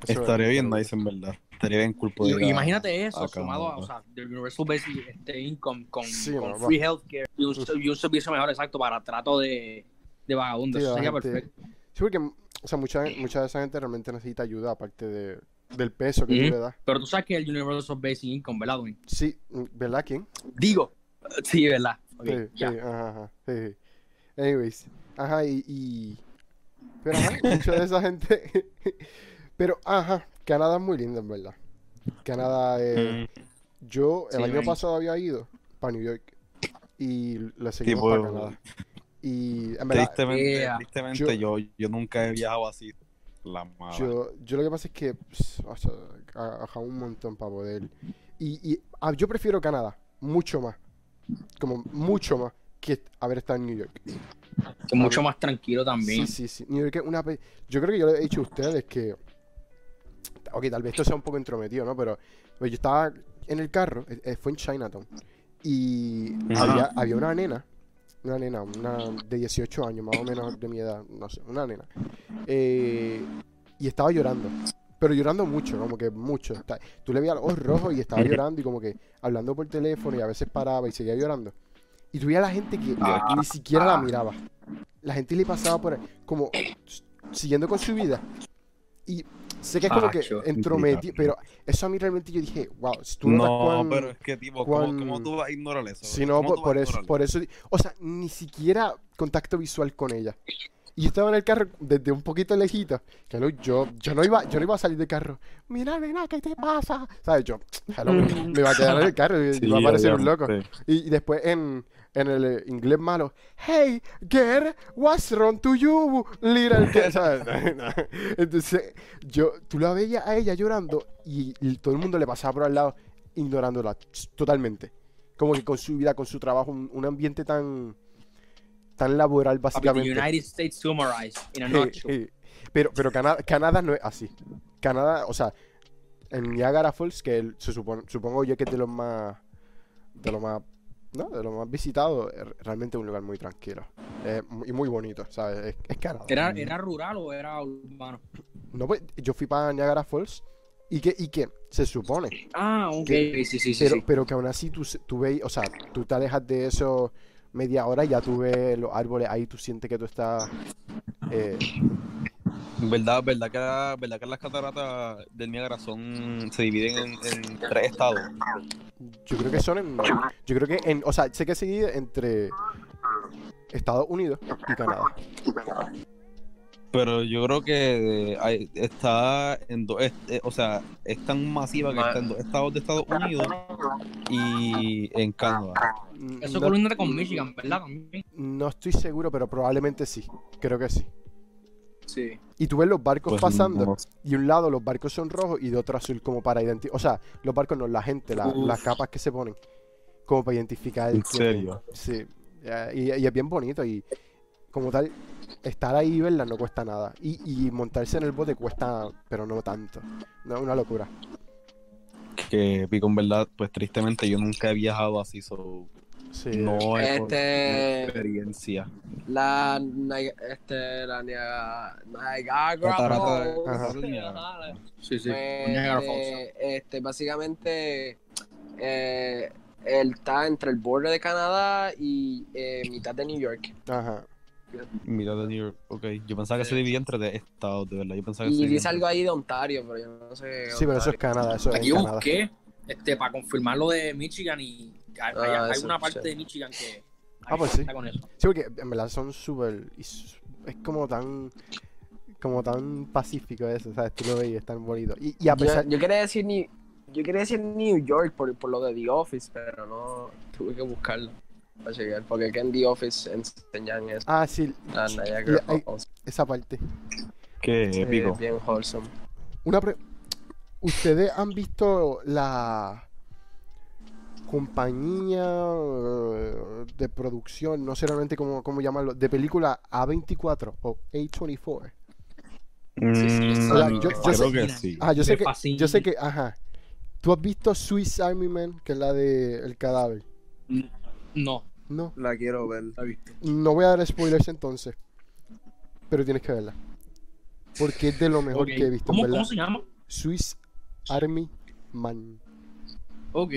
Speaker 1: Eso
Speaker 2: Estaría
Speaker 1: es-
Speaker 2: bien nice, en verdad. Estaría bien cool poder
Speaker 5: Y-
Speaker 2: ir a-
Speaker 5: imagínate eso,
Speaker 2: acá,
Speaker 5: sumado a,
Speaker 2: ¿no?
Speaker 5: o sea, del Universal Basic este, Income con,
Speaker 1: Sí,
Speaker 5: con
Speaker 1: no, va.
Speaker 5: free healthcare y un, y un servicio mejor exacto para trato de, de vagabundos.
Speaker 1: Sí,
Speaker 5: Eso
Speaker 1: la
Speaker 5: sería
Speaker 1: gente-
Speaker 5: perfecto.
Speaker 1: Sí, porque o sea, mucha, mucha de esa gente realmente necesita ayuda, aparte de, del peso que tú
Speaker 5: Ujú.
Speaker 1: le das.
Speaker 5: Pero tú sabes que el Universal Basic Income, ¿verdad, Dwayne?
Speaker 1: Sí, ¿verdad, quién?
Speaker 5: Digo, [laughs] sí, ¿verdad? Ok,
Speaker 1: Sí,
Speaker 5: ya.
Speaker 1: sí, ajá, ajá, sí, sí. Anyways, ajá, y, y- Pero ajá,
Speaker 5: [laughs]
Speaker 1: mucha de esa gente... [laughs] Pero, ajá, Canadá es muy lindo, en verdad. Canadá eh,
Speaker 2: Mm,
Speaker 1: Yo el
Speaker 5: Sí,
Speaker 1: año
Speaker 5: ven.
Speaker 1: pasado había ido para New York y le seguimos
Speaker 2: Tipo-
Speaker 1: para Canadá. Y, en verdad,
Speaker 2: Tristemente,
Speaker 5: Yeah.
Speaker 2: tristemente yo... Yo, nunca he viajado así. La mala.
Speaker 1: Yo, yo lo que pasa es que pss, o sea, a- ajá, un montón para poder. Y, y, ah, yo prefiero Canadá, mucho más. Como mucho más que haber estado en New York.
Speaker 5: Que mucho más tranquilo también.
Speaker 1: Sí, sí, sí. New York es una. pe- Yo creo que yo le he dicho a ustedes que. Ok, tal vez esto sea un poco entrometido, ¿no? Pero, pero yo estaba en el carro, eh, eh, fue en Chinatown. Y
Speaker 2: Ajá.
Speaker 1: había, había una nena, una nena, una de 18 años, más o menos de mi edad, no sé, una nena. eh, y estaba llorando. Pero llorando mucho, como que mucho. Está- Tú le veías los ojos rojos y estaba llorando y como que hablando por teléfono y a veces paraba y seguía llorando. Y tú veías a la gente que
Speaker 2: Ah.
Speaker 1: ni siquiera la miraba. La gente le pasaba por ahí, como s- siguiendo con su vida. Y sé que es como que
Speaker 5: Acho.
Speaker 1: entrometido, pero eso a mí realmente yo dije, wow, si tú notas
Speaker 2: No,
Speaker 1: cuán-
Speaker 2: pero es que, tipo,
Speaker 1: cuán-
Speaker 2: ¿cómo, cómo tú vas a ignorar eso?
Speaker 1: Si no,
Speaker 2: ¿Cómo
Speaker 1: por,
Speaker 2: tú vas
Speaker 1: por
Speaker 2: a
Speaker 1: eso,
Speaker 2: ignorarlo?
Speaker 1: por eso. di- O sea, ni siquiera contacto visual con ella. Y yo estaba en el carro desde un poquito lejito. Que no- yo, yo, no iba, yo no iba a salir del carro. Mira, nena, ¿qué te pasa? ¿Sabes? Yo, hello, me
Speaker 2: Mm.
Speaker 1: iba a quedar en el carro y
Speaker 2: Sí,
Speaker 1: iba a parecer un
Speaker 2: obviamente.
Speaker 1: loco. Y, y después en, en el eh, inglés malo, hey, girl, what's wrong to you, little girl? ¿Sabes? [laughs] Entonces, yo, tú la veías a ella llorando y, y todo el mundo le pasaba por al lado, ignorándola s- totalmente. Como que con su vida, con su trabajo, un, un ambiente tan, tan laboral,
Speaker 5: Papi, Ah, the
Speaker 1: básicamente.
Speaker 5: United States summarized in a
Speaker 1: Eh,
Speaker 5: nutshell.
Speaker 1: eh, Pero, pero Canadá, Canadá no es así. Canadá, o sea, en Niagara Falls, que el- se supone, supongo yo que es de los más. de los más. ¿no? de los más visitados, eh, realmente es un lugar muy tranquilo. Eh, mu- y muy bonito, ¿sabes? Es, es Canadá.
Speaker 5: ¿Era, ¿Era rural o era urbano?
Speaker 1: No, pues, yo fui para Niagara Falls y que, y que se supone.
Speaker 5: Ah, ok.
Speaker 1: Que-
Speaker 5: Sí, sí, sí.
Speaker 1: pero,
Speaker 5: sí.
Speaker 1: pero que aún así tú, se- tú veis, o sea, tú te alejas de eso media hora y ya tú ves los árboles ahí, tú sientes que tú estás. eh,
Speaker 2: ¿Verdad, verdad, que, la- verdad que las cataratas del Niágara son, se dividen en, en tres estados?
Speaker 1: Yo creo que son en. Yo creo que en. O sea, sé que se divide entre Estados Unidos y Canadá.
Speaker 2: Pero yo creo que hay- está en dos, es- eh, o sea, es tan masiva que está en dos estados de Estados Unidos y en Canadá.
Speaker 1: Mm,
Speaker 5: Eso
Speaker 1: No,
Speaker 5: colinda con Michigan, ¿verdad? También.
Speaker 1: no estoy seguro, pero probablemente sí. Creo que sí.
Speaker 4: Sí.
Speaker 1: Y tú ves los barcos
Speaker 2: Pues,
Speaker 1: pasando.
Speaker 2: no.
Speaker 1: Y un lado los barcos son rojos y de otro azul como para identificar. O sea, los barcos no, la gente, la-
Speaker 4: Uf.
Speaker 1: las capas que se ponen. Como para identificar
Speaker 2: ¿En
Speaker 1: quién es.
Speaker 2: serio?
Speaker 1: Sí. eh, Y, y es bien bonito. Y como tal, estar ahí y verla no cuesta nada. Y, y montarse en el bote cuesta, pero no tanto. No, es una locura.
Speaker 2: Que pico, en verdad, pues tristemente yo nunca he viajado así, so,
Speaker 1: Sí.
Speaker 2: no he podido tener
Speaker 4: Este.
Speaker 2: experiencia.
Speaker 4: La. Ni- Este. La. Niagara. Niagara.
Speaker 2: Catarata
Speaker 4: Falls.
Speaker 1: Ajá.
Speaker 2: del Niágara.
Speaker 5: Sí, sí.
Speaker 4: Pues,
Speaker 5: Niagara Falls.
Speaker 4: eh, este, básicamente, eh, él está entre el borde de Canadá y eh, mitad de New York.
Speaker 1: Ajá.
Speaker 2: Mira de New York, ok. Yo pensaba que se dividía entre de estados, de verdad. Yo pensaba que se
Speaker 4: Y dice
Speaker 2: dividía entre-
Speaker 4: algo ahí de Ontario, pero yo no sé.
Speaker 1: Sí, pero eso es
Speaker 4: Ontario.
Speaker 1: Canadá, eso es
Speaker 5: Aquí
Speaker 1: en
Speaker 5: yo
Speaker 1: Canadá.
Speaker 5: busqué este, para confirmar lo de Michigan y hay, hay-
Speaker 4: Ah,
Speaker 5: hay
Speaker 4: eso,
Speaker 5: una parte
Speaker 4: sí.
Speaker 5: de Michigan que.
Speaker 1: Ah, pues sí.
Speaker 5: está con eso.
Speaker 1: Sí, porque en verdad son súper... y s- Es como tan... Como tan pacífico eso, ¿sabes? Tú lo veis, es tan bonito. Y, y a
Speaker 4: Yo,
Speaker 1: pesar...
Speaker 4: yo quería decir ni. Yo quería decir New York por, por lo de The Office, pero no tuve que buscarlo para llegar, porque aquí en The Office enseñan eso.
Speaker 1: Ah, eh, sí,
Speaker 4: a Niagara
Speaker 1: Y hay-
Speaker 4: Falls.
Speaker 1: esa parte.
Speaker 2: Qué
Speaker 4: Eh,
Speaker 2: épico.
Speaker 4: bien wholesome.
Speaker 1: Una pre- ¿Ustedes han visto la compañía eh, de producción, no sé realmente cómo, cómo llamarlo, de película A24 o A24?
Speaker 2: Sí,
Speaker 1: O sea, yo- yo
Speaker 2: creo
Speaker 1: sé-
Speaker 2: que sí.
Speaker 1: Ajá, yo
Speaker 5: Me
Speaker 1: sé que,
Speaker 5: fascina.
Speaker 1: yo sé que, ajá. ¿Tú has visto Swiss Army Man, que es la de el cadáver?
Speaker 5: No.
Speaker 1: No,
Speaker 3: La quiero ver.
Speaker 1: no voy a dar spoilers entonces, pero tienes que verla. Porque es de lo mejor
Speaker 5: Ok.
Speaker 1: que he visto, en
Speaker 5: ¿Cómo,
Speaker 1: ¿verdad?
Speaker 5: ¿Cómo se llama?
Speaker 1: Swiss Army Man.
Speaker 5: Ok.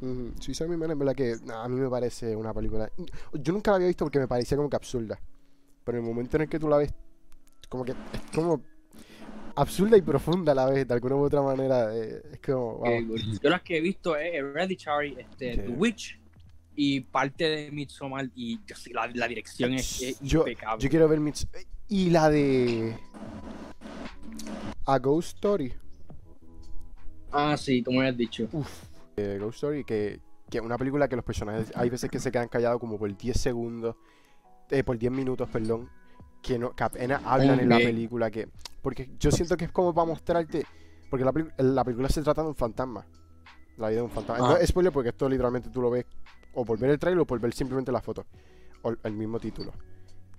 Speaker 1: Ujú, Swiss Army Man es verdad que nah, a mí me parece una película. Yo nunca la había visto porque me parecía como que absurda. Pero en el momento en el que tú la ves, como que es como absurda y profunda a la vez, de alguna u otra manera. eh, es como, wow.
Speaker 5: Ok, good. Yo las que he visto es Hereditary, este,
Speaker 1: Sí.
Speaker 5: The Witch y parte de Midsommar y yo sí, la, la dirección es, es
Speaker 1: Yo-
Speaker 5: impecable.
Speaker 1: Yo quiero ver Mitch. Y la de. A Ghost Story.
Speaker 5: Ah, sí, tú me habías dicho.
Speaker 1: eh, Ghost Story, que que es una película que los personajes hay veces que se quedan callados como por 10 segundos, eh, por 10 minutos, perdón, que, no, que apenas hablan en la
Speaker 5: Ok.
Speaker 1: película. que Porque yo siento que es como para mostrarte, porque la, peli- la película se trata de un fantasma, la vida de un fantasma.
Speaker 5: Ah.
Speaker 1: No es spoiler porque esto literalmente tú lo ves o por ver el trailer o por ver simplemente la foto, o el mismo título.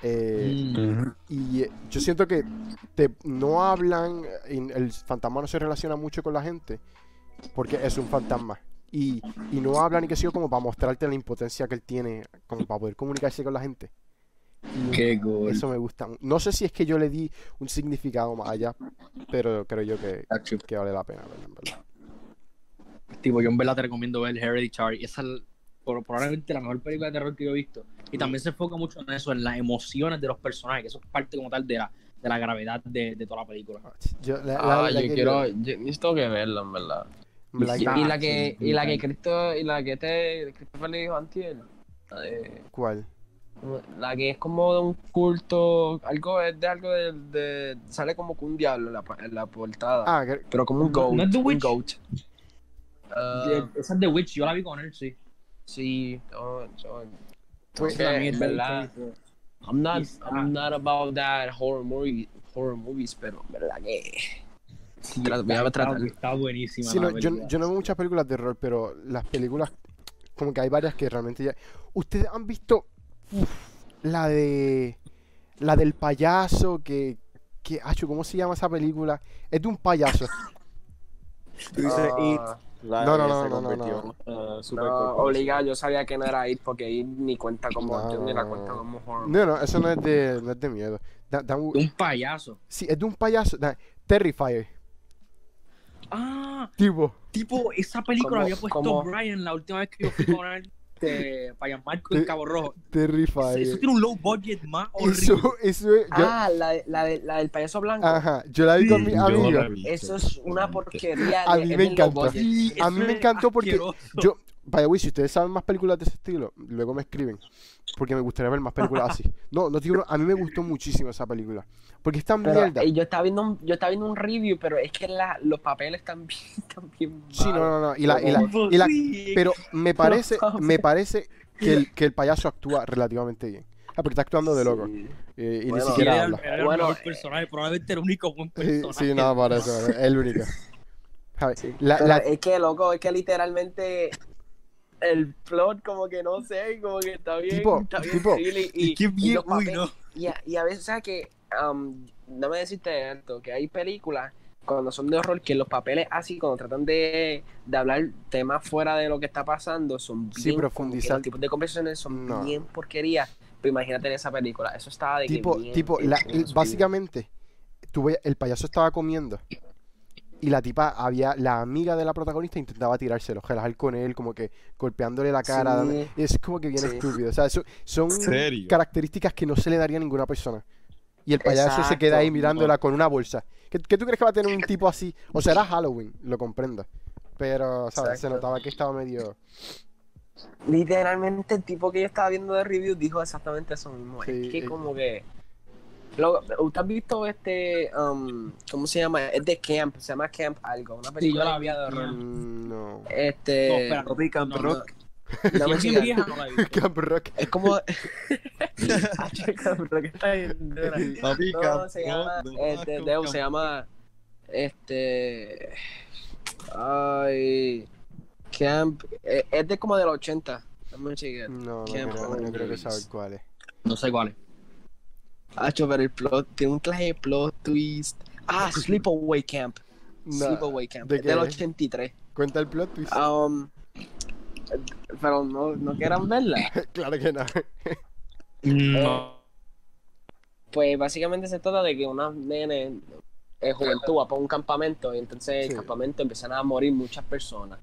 Speaker 1: Eh,
Speaker 5: Mm.
Speaker 1: y eh, yo siento que te, no hablan, eh, y el fantasma no se relaciona mucho con la gente, porque es un fantasma. Y, y no hablan ni que sigo como para mostrarte la impotencia que él tiene, como para poder comunicarse con la gente. Y
Speaker 5: cool.
Speaker 1: Eso me gusta. mu- No sé si es que yo le di un significado más allá, pero creo yo que, que vale la pena verla, en verdad.
Speaker 5: Tipo, yo en verdad te recomiendo ver Hereditary. Esa es por- probablemente la mejor película de terror que yo he visto.
Speaker 1: Mm.
Speaker 5: Y también se enfoca mucho en eso, en las emociones de los personajes, que eso es parte como tal de la, de la gravedad de, de toda la película.
Speaker 1: Yo, la- la-
Speaker 4: Ah,
Speaker 1: la
Speaker 4: yo
Speaker 1: que
Speaker 4: quiero, yo necesito que verlo, en verdad.
Speaker 1: en verdad
Speaker 4: Y,
Speaker 1: que-
Speaker 4: y
Speaker 5: ah,
Speaker 4: la que, y la que
Speaker 5: brutal.
Speaker 4: Cristo, y la que te, Christopher le dijo antier, la, de-
Speaker 1: ¿Cuál?
Speaker 4: la que es como de un culto, algo es de algo de, de- sale como que un diablo en la, pa- en la portada,
Speaker 1: Ah, que-
Speaker 4: pero como un
Speaker 5: no-
Speaker 4: goat,
Speaker 5: no es The
Speaker 4: un
Speaker 5: Witch.
Speaker 4: goat. Ah,
Speaker 5: De- esa es The Witch, yo la vi con él, sí.
Speaker 4: sí, no, no,
Speaker 1: Pues,
Speaker 4: es que, en verdad, I'm not,
Speaker 5: Quizá.
Speaker 4: I'm not about that horror movie, horror movies, pero en verdad que
Speaker 5: Sí,
Speaker 4: Tra- voy a
Speaker 5: está,
Speaker 4: tratar.
Speaker 5: está- está buenísima.
Speaker 1: Sí,
Speaker 5: la
Speaker 1: no, yo,
Speaker 5: película.
Speaker 1: yo no veo muchas películas de horror, pero las películas, como que hay varias que realmente ya. Ustedes han visto uf, la de. La del payaso que. que acho, ¿Cómo se llama esa película? Es de un payaso.
Speaker 2: [laughs]
Speaker 3: Tú dices
Speaker 4: Ah.
Speaker 3: It. La
Speaker 1: No,
Speaker 3: que
Speaker 1: no, no,
Speaker 3: se
Speaker 1: no, no, no.
Speaker 3: convirtió en, [laughs] eh,
Speaker 4: no,
Speaker 3: supercorporación.
Speaker 4: obligado, yo sabía que no era ir porque ir ni cuenta como,
Speaker 1: No,
Speaker 4: yo ni
Speaker 1: no,
Speaker 4: la
Speaker 1: no,
Speaker 4: cuenta
Speaker 1: no.
Speaker 4: como horror
Speaker 1: No, no, eso no es de, no es de miedo. Da- da un-
Speaker 5: De un payaso.
Speaker 1: sí, es de un payaso. da- Terrifier.
Speaker 5: Ah,
Speaker 1: Tipo.
Speaker 5: tipo, esa película
Speaker 4: ¿Cómo-
Speaker 5: la había puesto
Speaker 4: cómo?
Speaker 5: Brian la última vez que yo fui
Speaker 1: [laughs]
Speaker 5: con él. Este, Brian Marco en Cabo Rojo.
Speaker 1: Terrifier.
Speaker 5: Eso tiene un low budget más horrible.
Speaker 1: Eso, eso es. yo-
Speaker 4: Ah, la, de- la, de- la del payaso blanco.
Speaker 1: ajá, yo la vi con mi
Speaker 2: Ah. Yo no
Speaker 1: amigo.
Speaker 2: la he visto.
Speaker 4: Eso es una porquería.
Speaker 1: A
Speaker 4: de-
Speaker 1: mí
Speaker 4: es
Speaker 1: me
Speaker 4: bien low
Speaker 1: encanta.
Speaker 4: budget.
Speaker 5: Sí,
Speaker 1: A
Speaker 5: eso
Speaker 1: mí me
Speaker 5: es
Speaker 1: encantó porque
Speaker 5: asqueroso.
Speaker 1: Yo, by the way, si ustedes saben más películas de ese estilo, luego me escriben. Porque me gustaría ver más películas
Speaker 4: [laughs]
Speaker 1: así. No, no te digo, a mí me gustó muchísimo esa película. Porque esta
Speaker 4: Pero,
Speaker 1: mierda.
Speaker 4: eh, yo estaba viendo un, yo estaba viendo un review, pero es que la- los papeles también [laughs] están bien
Speaker 1: Sí, no, no,
Speaker 4: malos.
Speaker 1: no. Y la, y la-
Speaker 5: Tipo,
Speaker 1: y la-
Speaker 5: sí,
Speaker 1: pero me parece, me parece que el, que el payaso actúa relativamente bien. Ah, porque está actuando de loco.
Speaker 4: Sí.
Speaker 1: eh, y
Speaker 4: Bueno,
Speaker 1: ni
Speaker 5: sí,
Speaker 1: siquiera
Speaker 5: era,
Speaker 1: habla.
Speaker 5: era el
Speaker 4: Bueno,
Speaker 5: mejor
Speaker 4: eh,
Speaker 5: personaje, probablemente el único buen
Speaker 1: Sí,
Speaker 5: personaje.
Speaker 1: sí, no, para eso. Es el único. A ver, la-
Speaker 4: Pero
Speaker 1: la-
Speaker 4: Es que, loco, es que literalmente el plot como que no sé, como que está bien.
Speaker 1: Tipo,
Speaker 4: está bien
Speaker 1: tipo,
Speaker 4: silly y,
Speaker 5: Y qué
Speaker 4: y
Speaker 5: bien,
Speaker 4: los
Speaker 5: uy,
Speaker 4: papeles-
Speaker 5: no.
Speaker 4: Y a, y a veces, o sea, que, um, am, dame decirte esto, que hay películas cuando son de horror que los papeles así, cuando tratan de, de hablar temas fuera de lo que está pasando, son bien...
Speaker 1: Sí,
Speaker 4: como que
Speaker 1: profundizar.
Speaker 4: Los tipos de conversaciones son
Speaker 1: No.
Speaker 4: bien porquerías. Pero imagínate en esa película, eso estaba de que
Speaker 1: tipo,
Speaker 4: bien,
Speaker 1: tipo,
Speaker 4: bien,
Speaker 1: la- eh,
Speaker 4: bien oscuro.
Speaker 1: básicamente, tú veías- el payaso estaba comiendo y la tipa había, la amiga de la protagonista intentaba tirárselo, relajar con él, como que golpeándole la cara.
Speaker 4: Sí.
Speaker 1: dando- es como que bien
Speaker 4: Sí.
Speaker 1: estúpido. O sea, eso- son
Speaker 2: ¿En serio?
Speaker 1: características que no se le daría a ninguna persona. Y el payaso se queda
Speaker 4: Exacto,
Speaker 1: ahí mirándola con una bolsa. ¿Qué, qué tú crees que va a
Speaker 4: [laughs]
Speaker 1: tener un tipo así? O sea, era Halloween, lo comprendo. Pero, ¿sabes? Se
Speaker 4: Exacto.
Speaker 1: notaba que estaba medio.
Speaker 4: Literalmente el tipo que yo estaba viendo de review dijo exactamente eso mismo.
Speaker 1: Sí,
Speaker 4: es que
Speaker 1: eh.
Speaker 4: como que... Lo, ¿Usted ha visto este... um, ¿Cómo se llama? Es de Camp, se llama Camp algo, una película
Speaker 5: yo la vi,
Speaker 4: de horror.
Speaker 5: Ah.
Speaker 1: mm, No. [laughs]
Speaker 4: Este...
Speaker 5: No, espera,
Speaker 3: American
Speaker 5: No, no.
Speaker 3: Rock.
Speaker 4: [laughs] no
Speaker 5: Y
Speaker 4: me
Speaker 5: es bien
Speaker 4: sigas.
Speaker 5: vieja, no la he visto.
Speaker 1: Camp Rock. [laughs]
Speaker 4: Es como... Ah, chica, pero que está bien dura.
Speaker 5: [laughs]
Speaker 4: [laughs] No, se llama... Este, Deu, se llama... Este... Ay... Camp... eh, es de como del 80. No me sigas.
Speaker 1: No, no
Speaker 4: Camp
Speaker 1: creo, no creo que
Speaker 4: Rock.
Speaker 1: saber cuál es.
Speaker 5: No sé cuál es.
Speaker 4: Ah, Hacho, pero el plot tiene un clase de plot twist. Ah, Sleepaway Camp.
Speaker 1: Nah,
Speaker 4: Sleepaway Camp.
Speaker 1: ¿de
Speaker 4: es
Speaker 1: qué
Speaker 4: del
Speaker 1: es?
Speaker 4: 83.
Speaker 1: Cuenta el plot twist.
Speaker 4: Um, pero no, no quieran verla.
Speaker 1: [laughs] Claro que no. [laughs]
Speaker 5: Mm.
Speaker 4: Eh,
Speaker 5: No.
Speaker 4: Pues básicamente se trata de que unas nenes eh, juventud va para un campamento y entonces en
Speaker 1: Sí.
Speaker 4: el campamento empiezan a morir muchas personas.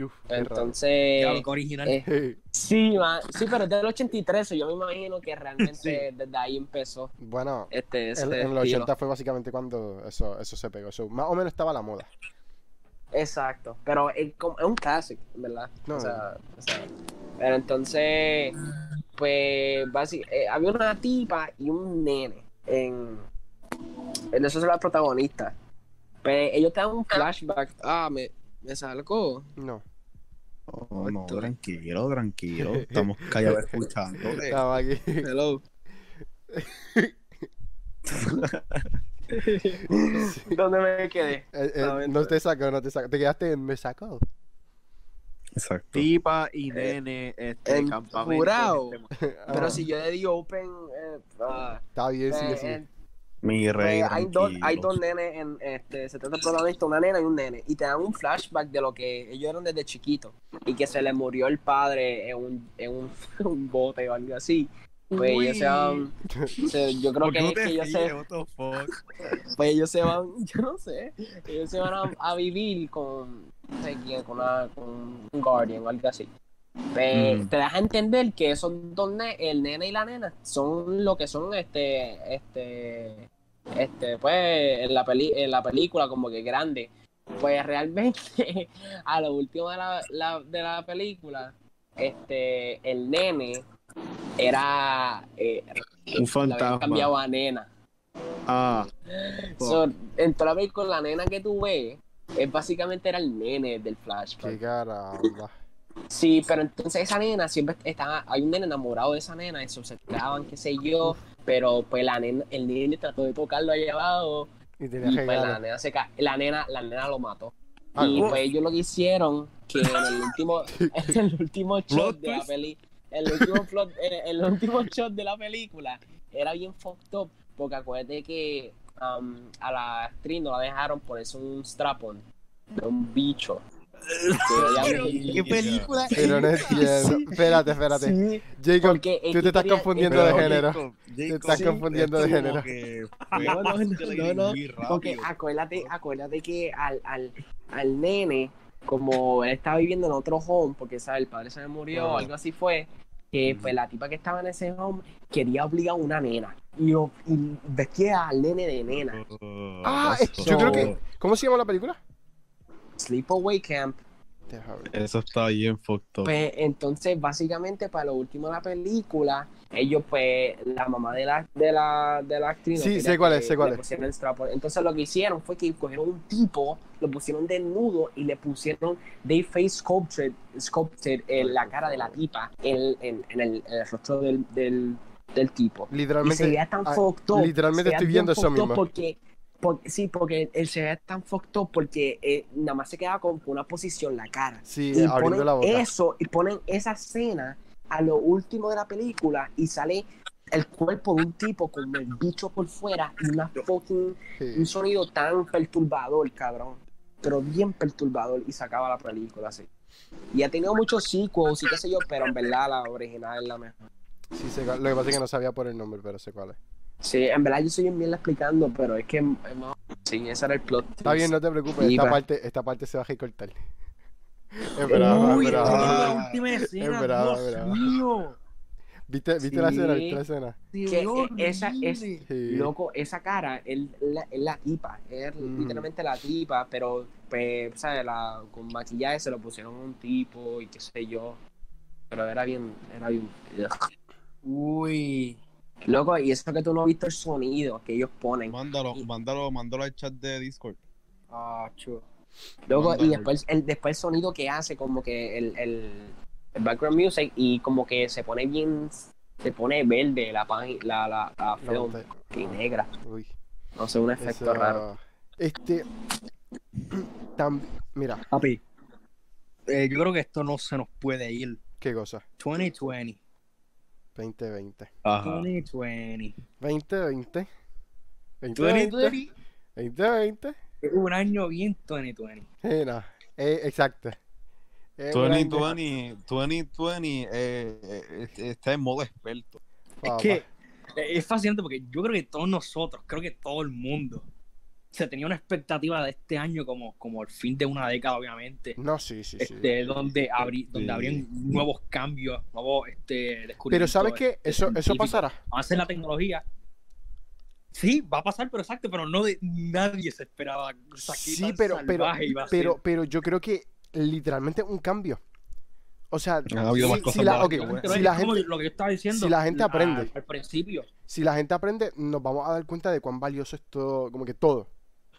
Speaker 1: Uf, qué raro.
Speaker 4: Entonces.
Speaker 5: Claro, que original.
Speaker 4: eh,
Speaker 1: Hey,
Speaker 4: sí, ma- sí, pero es del 83, so yo me imagino que realmente desde ahí empezó
Speaker 1: bueno, el-
Speaker 4: este. este
Speaker 1: en los
Speaker 4: estilo.
Speaker 1: 80 fue básicamente cuando eso, eso se pegó. Eso, más o menos estaba la moda.
Speaker 4: Exacto, pero es, como- es un classic, ¿verdad?
Speaker 1: No.
Speaker 4: O sea, o sea, pero entonces, pues, basi- eh, había una tipa y un nene en... en esos son los protagonistas. Pero ellos te dan un flashback. Ah, me,
Speaker 1: [laughs]
Speaker 4: me salgo.
Speaker 1: No.
Speaker 2: Oh, no, tranquilo, tranquilo. Estamos callados escuchando.
Speaker 1: Estaba aquí. [laughs] Eh,
Speaker 4: Hello. ¿Dónde me quedé?
Speaker 1: Eh, eh,
Speaker 4: Lamento.
Speaker 1: no te sacó, no te sacó. Te quedaste en me sacó.
Speaker 2: Exacto.
Speaker 3: Tipa y nene, este
Speaker 4: en
Speaker 3: campamento.
Speaker 4: jurado.
Speaker 3: gente-
Speaker 1: Ah,
Speaker 4: Pero si yo le di open. eh, ah,
Speaker 1: Está bien, sigue,
Speaker 4: pues,
Speaker 1: sigue.
Speaker 4: en-
Speaker 2: Mi rey.
Speaker 4: Pues, hay, dos, hay
Speaker 2: tranquilo.
Speaker 4: dos nenes en este, se trata protagonista, una nena y un nene, y te dan un flashback de lo que ellos eran desde chiquitos y que se les murió el padre en un, en un, [laughs] un bote o algo así. Pues ellos se van, se- yo creo
Speaker 2: ¿Por
Speaker 4: que,
Speaker 2: qué no
Speaker 4: es
Speaker 2: te
Speaker 4: que ellos,
Speaker 2: ríes?
Speaker 4: se,
Speaker 2: What the fuck?
Speaker 4: pues ellos se van, [laughs] yo no sé, ellos se van a, a vivir con, no sé quién, con, una- con un guardian o algo así. Pues,
Speaker 2: Mm.
Speaker 4: Te das a entender que esos dos ne- el nene y la nena son lo que son este, este, este, pues, en la, peli en la película como que grande. Pues realmente, [laughs] a lo último de la, la- de la película, este, el nene era, eh,
Speaker 3: Un
Speaker 4: le habían
Speaker 3: fantasma.
Speaker 4: cambiado a nena.
Speaker 3: Ah,
Speaker 4: So, en toda la película, la nena que tú ves, es básicamente era el nene del flashback.
Speaker 1: Qué caramba.
Speaker 4: Sí, pero entonces esa nena siempre está, hay un nene enamorado de esa nena, eso se quedaban, qué sé yo, pero pues la nena, el nene trató de tocarlo allá abajo
Speaker 1: Y
Speaker 4: y
Speaker 1: tenía
Speaker 4: pues la
Speaker 1: regalos.
Speaker 4: nena se ca- la nena, la nena lo mató.
Speaker 1: Ah,
Speaker 4: y
Speaker 1: no.
Speaker 4: pues ellos lo que hicieron, que en
Speaker 1: [laughs]
Speaker 4: el último, [laughs] en el último shot
Speaker 2: Plot
Speaker 4: de la
Speaker 2: twist.
Speaker 4: peli, en el último plot- en el último shot de la película, era bien fucked up, porque acuérdate que um, a la actriz no la dejaron ponerse un strapón de un
Speaker 1: [laughs]
Speaker 4: bicho. Que ella-
Speaker 2: ¿Qué película?
Speaker 1: Pero no entiendo. Espérate, espérate. Jacob,
Speaker 4: Porque es
Speaker 1: tú
Speaker 4: que
Speaker 1: te estás
Speaker 4: quería-
Speaker 1: confundiendo
Speaker 4: es
Speaker 1: de
Speaker 4: que-
Speaker 1: género. Te estás confundiendo de género.
Speaker 2: ah,
Speaker 4: No, no, no, no, Porque
Speaker 3: ah,
Speaker 4: acuérdate, acuérdate que al, al, al nene, como él estaba viviendo en otro home, porque ¿sabes? el padre se le murió o
Speaker 1: Ajá.
Speaker 4: algo así fue, que pues la tipa que estaba en ese home quería obligar a una nena. Y, lo- y vestía al nene de nena.
Speaker 1: Ah, es- yo creo que. ¿Cómo se llama la película?
Speaker 4: Sleepaway Camp.
Speaker 1: Deja ver.
Speaker 2: Eso está bien fucked up.
Speaker 4: Pues entonces, básicamente, para lo último de la película, ellos, pues, la mamá de la, de la, de la actriz. no
Speaker 1: Sí,
Speaker 4: quería
Speaker 1: sé cuál
Speaker 4: que
Speaker 1: es, sé cuál
Speaker 4: le
Speaker 1: es.
Speaker 4: pusieran el strap on. Entonces, lo que hicieron fue que cogieron un tipo, lo pusieron desnudo y le pusieron, they face sculpted, sculpted en la cara de la tipa en, en- en el, en el rostro del, del, del tipo. Y se
Speaker 1: Literalmente.
Speaker 4: veía tan
Speaker 1: ah,
Speaker 4: fucked up,
Speaker 1: literalmente
Speaker 4: se veía
Speaker 1: estoy
Speaker 4: bien
Speaker 1: viendo eso
Speaker 4: fucked up
Speaker 1: mismo.
Speaker 4: Porque, porque- sí, porque él se veía tan fucked up porque eh, nada más se quedaba con con una posición la cara
Speaker 1: Sí,
Speaker 4: y
Speaker 1: abriendo
Speaker 4: ponen
Speaker 1: la boca.
Speaker 4: eso y ponen esa escena a lo último de la película y sale el cuerpo de un tipo con el bicho por fuera y una fucking,
Speaker 1: Sí.
Speaker 4: un sonido tan perturbador, cabrón. Pero bien perturbador y se acaba la película así. Y ha tenido muchos sequels y qué sé yo, pero en verdad la original es la mejor.
Speaker 1: Sí, sé cuál- Lo que pasa es que no sabía por el nombre, pero sé cuál es.
Speaker 4: Sí, en verdad yo soy bien bien explicando, pero es que... es más- Sí, ese era el plot.
Speaker 1: Está bien, no te preocupes.
Speaker 4: Y
Speaker 1: Esta
Speaker 4: va.
Speaker 1: parte, esta parte se va a [laughs] recortar. Esperaba,
Speaker 5: Uy,
Speaker 1: esperaba.
Speaker 5: la última escena,
Speaker 1: Es brava,
Speaker 5: Dios
Speaker 1: es brava.
Speaker 5: mío.
Speaker 1: ¿Viste, viste la
Speaker 4: Sí.
Speaker 1: escena? ¿Viste la escena?
Speaker 5: Se
Speaker 4: Que,
Speaker 5: ve
Speaker 4: eh, esa- es-
Speaker 5: horrible.
Speaker 1: Sí.
Speaker 4: Loco, esa cara es la, es la tipa, es
Speaker 1: Mm.
Speaker 4: literalmente la tipa, pero pues, ¿sabes? La, con maquillaje se lo pusieron a un tipo y qué sé yo. Pero era bien, era bien.
Speaker 5: Uy.
Speaker 4: Loco, y eso que tú no has visto el sonido que ellos ponen.
Speaker 2: Mándalo, mándalo, mándalo al chat de Discord.
Speaker 5: Ah, chulo.
Speaker 4: Loco,
Speaker 2: Mándalo.
Speaker 4: y después el, después el sonido que hace, como que el, el- el background music, y como que se pone bien, se pone verde la página, la, la, la
Speaker 1: La
Speaker 4: film,
Speaker 1: pantalla.
Speaker 4: y negra.
Speaker 1: Uy.
Speaker 4: No sé, un efecto
Speaker 1: Eso-
Speaker 4: raro.
Speaker 1: Este. [clears throat] tam- Mira,
Speaker 5: Papi, eh, yo creo que esto no se nos puede ir.
Speaker 1: qué cosa.
Speaker 5: 2020.
Speaker 1: 2020.
Speaker 2: Ajá.
Speaker 5: 2020.
Speaker 1: 2020. 2020.
Speaker 5: 2020.
Speaker 1: 2020.
Speaker 5: Un año bien 2020.
Speaker 1: Eh, no. Eh, exacto. Eh, un año,
Speaker 2: 2020, 2020 eh, eh, está en modo experto.
Speaker 5: Es
Speaker 1: papá.
Speaker 5: que eh, es fascinante porque yo creo que todos nosotros, creo que todo el mundo, se tenía una expectativa de este año como, como el fin de una década, obviamente.
Speaker 1: No, sí, sí, sí.
Speaker 5: Este, donde abrí, donde
Speaker 2: Sí.
Speaker 5: habrían nuevos cambios, nuevos este,
Speaker 1: Pero
Speaker 5: descubrimientos,
Speaker 1: ¿sabes qué?
Speaker 5: este,
Speaker 1: Eso, eso
Speaker 5: científicos.
Speaker 1: pasará.
Speaker 5: Avance en la tecnología. Sí, va a pasar, pero exacto, pero no de nadie se esperaba. cosas que
Speaker 1: Sí,
Speaker 5: tan
Speaker 1: pero, pero,
Speaker 5: salvaje iba a ser.
Speaker 1: pero, pero yo creo que literalmente un cambio. O sea,
Speaker 2: Ha habido
Speaker 1: si-
Speaker 2: más
Speaker 1: si
Speaker 2: cosas
Speaker 1: la-
Speaker 2: malas
Speaker 1: ok,
Speaker 2: que buenas.
Speaker 5: Pero
Speaker 1: si
Speaker 5: es
Speaker 1: la
Speaker 5: como
Speaker 1: gente-
Speaker 5: lo que yo estaba diciendo.
Speaker 1: si la gente aprende.
Speaker 5: Al, al principio.
Speaker 1: si la gente aprende, nos vamos a dar cuenta de cuán valioso es todo, como que todo.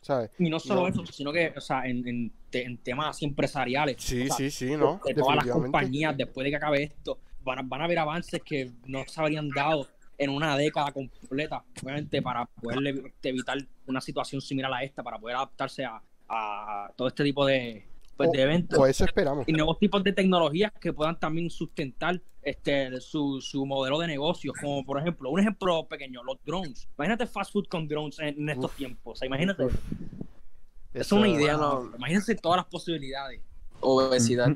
Speaker 1: ¿Sabes?
Speaker 5: Y no solo
Speaker 1: No.
Speaker 5: eso, sino que, o sea, en, en te- en temas así empresariales.
Speaker 1: Sí,
Speaker 5: o sea,
Speaker 1: sí, sí, ¿no?
Speaker 5: de todas las
Speaker 1: Definitivamente.
Speaker 5: compañías, después de que acabe esto, van a, van a haber avances que no se habrían dado en una década completa, obviamente, para poder ev- evitar una situación similar a esta, para poder adaptarse a, a todo este tipo de, pues,
Speaker 1: Oh,
Speaker 5: de eventos
Speaker 1: O eso esperamos.
Speaker 5: y nuevos tipos de tecnologías que puedan también sustentar este su, su modelo de negocios, como por ejemplo, un ejemplo pequeño, los drones. Imagínate fast food con drones en, en estos
Speaker 1: Uf.
Speaker 5: tiempos, o sea, imagínate,
Speaker 1: Uf.
Speaker 5: es una idea,
Speaker 4: bueno.
Speaker 5: ¿no? imagínense todas las posibilidades.
Speaker 4: Obesidad.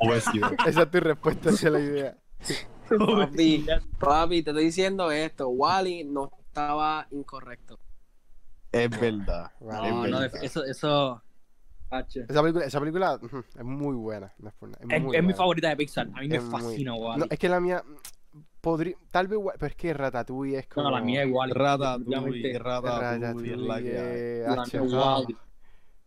Speaker 2: Obesidad.
Speaker 1: [laughs] Esa es tu respuesta hacia la idea.
Speaker 4: Papi, papi, te estoy diciendo esto. Wally no estaba incorrecto.
Speaker 2: Es verdad.
Speaker 1: Vale,
Speaker 5: No,
Speaker 1: es
Speaker 5: no,
Speaker 1: verdad.
Speaker 5: eso, eso... H.
Speaker 1: Esa película, esa película ujú, es muy buena. no es por nada, es
Speaker 5: Es,
Speaker 1: muy
Speaker 5: es mi
Speaker 1: buena.
Speaker 5: favorita de Pixar. A mí me
Speaker 1: Es muy-
Speaker 5: fascina Wally.
Speaker 1: No, es que la mía. Podría, tal vez, Wa- pero es que Ratatouille es como.
Speaker 5: la mía es Wally.
Speaker 2: Ratatouille, Ratatouille
Speaker 1: Ratatouille.
Speaker 2: es la que hay.
Speaker 1: eh,
Speaker 5: La
Speaker 1: H,
Speaker 5: mía es
Speaker 1: ah,
Speaker 5: Wall-E.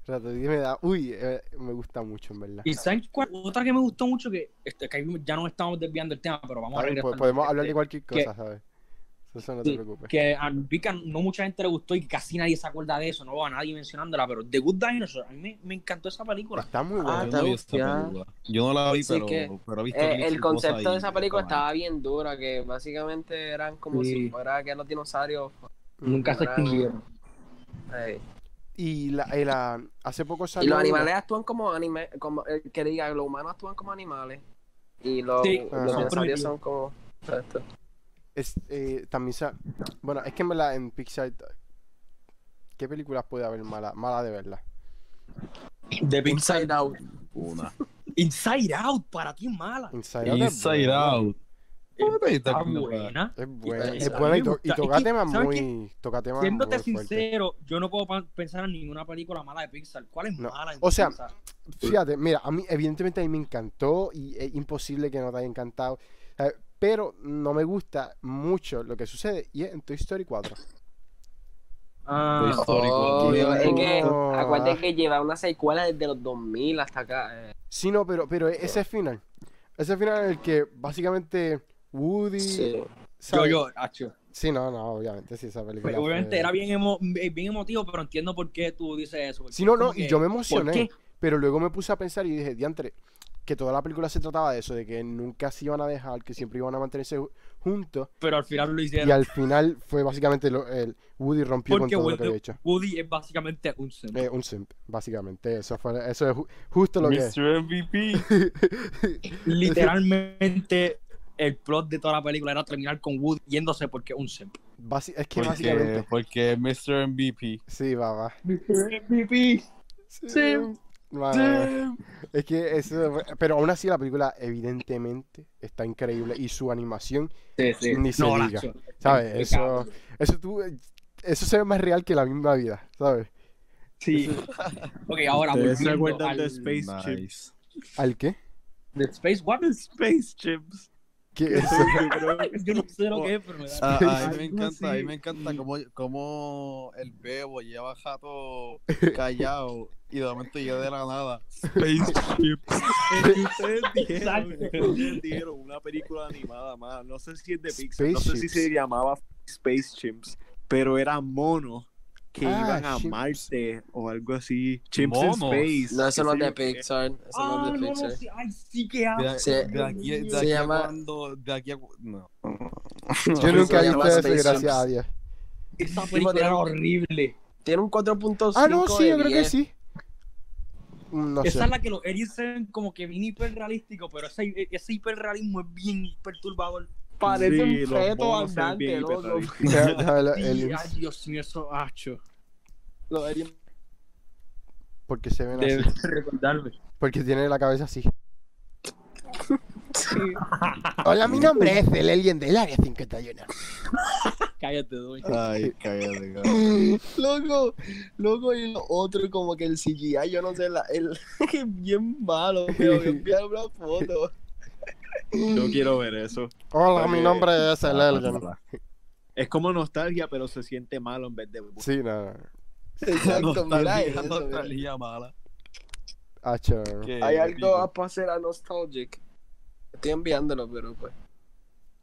Speaker 1: Ratatouille me da. Uy, eh, me gusta mucho, en verdad.
Speaker 5: ¿Y saben cuál? Otra que me gustó mucho que, este, que ahí ya nos estamos desviando del tema, pero vamos a
Speaker 1: Está bien,
Speaker 5: regresar.
Speaker 1: po- podemos
Speaker 5: Este,
Speaker 1: hablar de cualquier
Speaker 5: que-
Speaker 1: cosa, ¿sabes? Eso no te
Speaker 5: Sí,
Speaker 1: preocupes.
Speaker 5: que a Vika no mucha gente le gustó y que casi nadie se acuerda de eso, no va a nadie mencionándola, pero The Good Dinosaur, a mí me, me encantó esa película.
Speaker 1: Está muy
Speaker 4: Ah,
Speaker 1: buena.
Speaker 2: Yo
Speaker 4: te
Speaker 2: no vi esa
Speaker 4: gusta.
Speaker 2: película. Yo no la vi,
Speaker 4: Así
Speaker 2: pero,
Speaker 4: que,
Speaker 2: pero he visto
Speaker 4: Eh,
Speaker 2: clips y
Speaker 4: el concepto
Speaker 2: cosas
Speaker 4: de
Speaker 2: y
Speaker 4: esa película
Speaker 2: está mal.
Speaker 4: estaba bien dura, que básicamente eran como
Speaker 5: Sí.
Speaker 4: si fuera que los dinosaurios.
Speaker 5: Nunca se
Speaker 4: Bravo.
Speaker 5: extinguieron.
Speaker 4: eh.
Speaker 1: Y, la, y la- hace poco
Speaker 4: Y
Speaker 1: salió.
Speaker 4: los
Speaker 1: una-
Speaker 4: animales actúan como animales, como eh, que diga, los humanos actúan como animales. Y los,
Speaker 5: Sí,
Speaker 4: los
Speaker 1: ajá.
Speaker 4: dinosaurios son como. Esto.
Speaker 1: Es, eh, también sa- Bueno, es que en verdad en Pixar. ¿Qué películas puede haber mala, mala de verdad?
Speaker 5: De Pixar.
Speaker 4: Inside Out.
Speaker 2: Una.
Speaker 5: Inside Out, para ti es mala.
Speaker 1: Inside Out. es
Speaker 2: Inside
Speaker 1: buena.
Speaker 2: Out. ¿Cómo te viste
Speaker 5: Está
Speaker 2: esta película?
Speaker 5: buena.
Speaker 1: Es buena,
Speaker 4: Inside
Speaker 1: es
Speaker 4: Out.
Speaker 1: buena y,
Speaker 5: Me
Speaker 1: to- y
Speaker 5: gusta.
Speaker 1: toca
Speaker 5: Es que,
Speaker 1: temas
Speaker 5: ¿sabes qué?
Speaker 1: muy. Toca temas
Speaker 5: Siéndote
Speaker 1: muy fuertes.
Speaker 5: sincero, yo no puedo pa- pensar en ninguna película mala de Pixar. ¿Cuál es
Speaker 1: No.
Speaker 5: mala? en
Speaker 1: O sea,
Speaker 5: Pixar?
Speaker 1: Fíjate, mira, a mí, evidentemente a mí me encantó y es imposible que no te haya encantado. eh, Pero no me gusta mucho lo que sucede y es en Toy Story 4.
Speaker 5: Ah,
Speaker 1: Pues,
Speaker 2: Toy Story
Speaker 4: Oh,
Speaker 1: Dios,
Speaker 4: es que
Speaker 1: no.
Speaker 4: acuérdate que lleva una secuela desde los 2000 hasta acá. eh.
Speaker 1: Sí, no, pero, pero ese final. Ese final en el que básicamente Woody.
Speaker 4: Sí.
Speaker 5: yo,
Speaker 1: ¿sabes?
Speaker 5: yo, Acho.
Speaker 1: Sí, no, no, obviamente, sí, esa película. fue-
Speaker 5: Obviamente era bien, emo- eh, bien emotivo, pero entiendo por qué tú dices eso. porque
Speaker 1: Sí, no,
Speaker 5: es como
Speaker 1: no, y
Speaker 5: que-
Speaker 1: yo me
Speaker 5: ¿Por qué?
Speaker 1: emocioné. Pero luego me puse a pensar y dije, diantre, que toda la película se trataba de eso, de que nunca se iban a dejar, que siempre iban a mantenerse ju- juntos.
Speaker 5: Pero al final lo hicieron.
Speaker 1: Y al final fue básicamente lo- el Woody rompió
Speaker 5: Porque
Speaker 1: con todo lo que
Speaker 5: Woody-
Speaker 1: había hecho.
Speaker 5: Woody es básicamente un simp.
Speaker 1: Eh, un simp, básicamente. Eso fue, eso es ju- justo lo que es.
Speaker 2: Mr. MVP.
Speaker 5: Literalmente, el plot de toda la película era terminar con Woody yéndose porque es un simp.
Speaker 1: [laughs] Basi- es que
Speaker 2: Porque,
Speaker 1: básicamente.
Speaker 2: porque Mr. MVP.
Speaker 1: Sí, papá.
Speaker 5: MVP. Simp.
Speaker 8: Ah,
Speaker 1: Madre, es que eso. fue- Pero aún así, la película, evidentemente, está increíble. Y su animación,
Speaker 5: Sí, sí.
Speaker 1: Ni se
Speaker 5: no,
Speaker 1: diga.
Speaker 5: Lacho.
Speaker 1: ¿sabes?
Speaker 5: Qué
Speaker 1: Eso,
Speaker 5: cabrón.
Speaker 1: eso, tú, eso se ve más real que la misma vida, ¿sabes?
Speaker 5: Sí. ok, ahora
Speaker 8: ¿Ustedes se
Speaker 5: volviendo
Speaker 8: acuerdan
Speaker 5: al...
Speaker 8: de Space Chips?
Speaker 2: Nice.
Speaker 1: ¿Al qué?
Speaker 5: de Space What?
Speaker 8: Space Chips.
Speaker 1: ¿Qué es?
Speaker 8: Yo creo
Speaker 3: [laughs]
Speaker 8: que-
Speaker 5: Yo no sé lo que es, pero me da...
Speaker 2: Ah, a mí
Speaker 8: Algo
Speaker 2: me encanta, a mí
Speaker 8: así.
Speaker 2: me encanta cómo, cómo el bebo lleva jato callado y de momento llega de la nada.
Speaker 8: Space Chips. Es que ustedes dijeron,
Speaker 5: Exacto.
Speaker 8: es que ustedes dijeron una película animada más. No sé si es de Pixar, no sé si
Speaker 1: Spaceships.
Speaker 8: se llamaba Space Chimps, pero eran monos que
Speaker 1: Ah,
Speaker 8: iban a
Speaker 1: chimps.
Speaker 8: Marte o algo así. Chimps
Speaker 2: Monos.
Speaker 8: in Space.
Speaker 4: No, eso
Speaker 8: qué sé
Speaker 4: no es de
Speaker 8: yo qué.
Speaker 4: Pixar. Eso
Speaker 5: Ah,
Speaker 4: no es de
Speaker 5: no, no,
Speaker 4: Pixar.
Speaker 5: sí, ay, sí que ha...
Speaker 2: De, a-
Speaker 4: Se-
Speaker 2: de aquí, de
Speaker 4: se
Speaker 2: aquí a
Speaker 4: llama-
Speaker 2: cuando, de aquí a cu- no.
Speaker 1: Yo nunca he
Speaker 4: se
Speaker 1: visto
Speaker 4: llama
Speaker 1: eso,
Speaker 4: Space
Speaker 1: gracias
Speaker 4: Jam.
Speaker 1: a Dios.
Speaker 5: Esa película era horrible.
Speaker 4: Tiene un 4.5.
Speaker 1: Ah, no, sí,
Speaker 4: de
Speaker 1: yo creo que
Speaker 4: 10.
Speaker 1: sí. Mm, No sé.
Speaker 5: Esa es la que los aliens se ven como que bien hiperrealístico, pero ese, ese hiperrealismo es bien perturbador.
Speaker 4: Parece
Speaker 8: Sí,
Speaker 4: un
Speaker 8: los
Speaker 4: feto
Speaker 8: monos se ven bien
Speaker 4: [laughs] andante, loco.
Speaker 8: hiperrealistas.
Speaker 1: El- el-
Speaker 5: Sí,
Speaker 1: el-
Speaker 5: ay, Dios mío, eso hacho.
Speaker 6: Lo
Speaker 1: [laughs]
Speaker 6: daría
Speaker 1: Porque se ven así.
Speaker 5: Debe [laughs] recordarme.
Speaker 1: Porque tiene la cabeza así. [laughs] Hola, mi nombre es el alien del área 51.
Speaker 5: Cállate, doy.
Speaker 2: [laughs] Ay, cállate, cabrón.
Speaker 6: Loco, loco y lo otro como que el CGI, yo no sé, la, el, que es bien malo, pero voy a enviar una foto.
Speaker 8: Yo quiero ver eso.
Speaker 1: Hola, mi nombre es el alien.
Speaker 8: Es como nostalgia, pero se siente malo en vez de.
Speaker 1: Sí, nada.
Speaker 6: Exacto, mira
Speaker 2: Nostalgia,
Speaker 6: eso. mira.
Speaker 2: nostalgia mala.
Speaker 1: Hacho.
Speaker 2: Que-
Speaker 6: Hay algo
Speaker 2: digo,
Speaker 6: a pasar a Nostalgic. Estoy enviándolo, pero pues.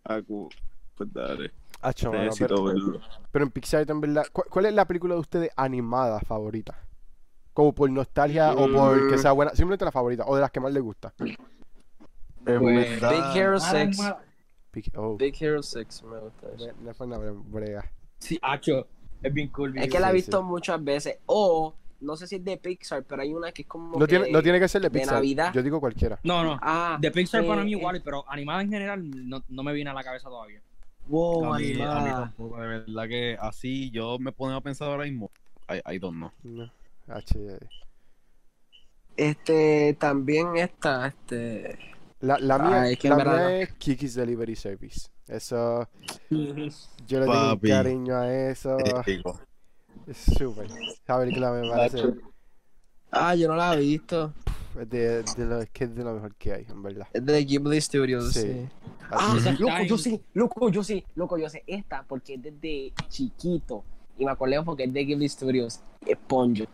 Speaker 8: Acu. Pues dale.
Speaker 1: Hacho, mano,
Speaker 8: Necesito
Speaker 1: pero, [laughs]
Speaker 8: verlo.
Speaker 1: pero en Pixar, en verdad. ¿cu- ¿Cuál es la película de ustedes animada favorita? Como por nostalgia o por que sea buena. Simplemente la favorita o de las que más les gusta.
Speaker 2: en
Speaker 6: Pues,
Speaker 2: verdad,
Speaker 6: Big Hero 6.
Speaker 1: Pic- Oh,
Speaker 6: Big Hero 6 me gusta. eso.
Speaker 1: no no fue una bre- brega.
Speaker 5: Sí, hacho. Es bien cool.
Speaker 4: Es que la he
Speaker 1: Sí,
Speaker 4: visto
Speaker 1: sí.
Speaker 4: muchas veces. O, no sé si es de Pixar, pero hay una que es como.
Speaker 1: No tiene,
Speaker 4: que-
Speaker 1: no tiene que ser de
Speaker 4: de
Speaker 1: Pixar.
Speaker 4: Navidad.
Speaker 1: Yo digo cualquiera.
Speaker 5: No, no.
Speaker 4: Ah,
Speaker 5: De Pixar para
Speaker 4: eh,
Speaker 5: mí
Speaker 4: eh.
Speaker 5: igual, pero animada en general no, no me viene a la cabeza todavía.
Speaker 4: wow,
Speaker 2: a mí, a mí
Speaker 4: animada.
Speaker 2: tampoco, de verdad que así yo me pongo a pensar ahora mismo. I, I don't know.
Speaker 1: No. H.
Speaker 4: Este, también esta, este.
Speaker 1: La, la mía,
Speaker 4: Ay, es que en
Speaker 1: la mía
Speaker 4: verdad no.
Speaker 1: es Kiki's Delivery Service. Eso. Yo le tengo un
Speaker 2: Papi.
Speaker 1: cariño a eso.
Speaker 4: Eh.
Speaker 2: Digo,
Speaker 1: Es súper. Esa película me parece
Speaker 4: Ah, yo no la he visto.
Speaker 1: de, de lo que es de lo mejor que hay, en verdad.
Speaker 4: Es de Ghibli Studios.
Speaker 1: Sí.
Speaker 4: Sí. Ah,
Speaker 1: Así-
Speaker 5: loco, yo
Speaker 4: sé, loco, yo sé, loco, yo sé. Esta, porque es desde chiquito. Y me acuerdo porque es de Ghibli Studios. Es Ponyo.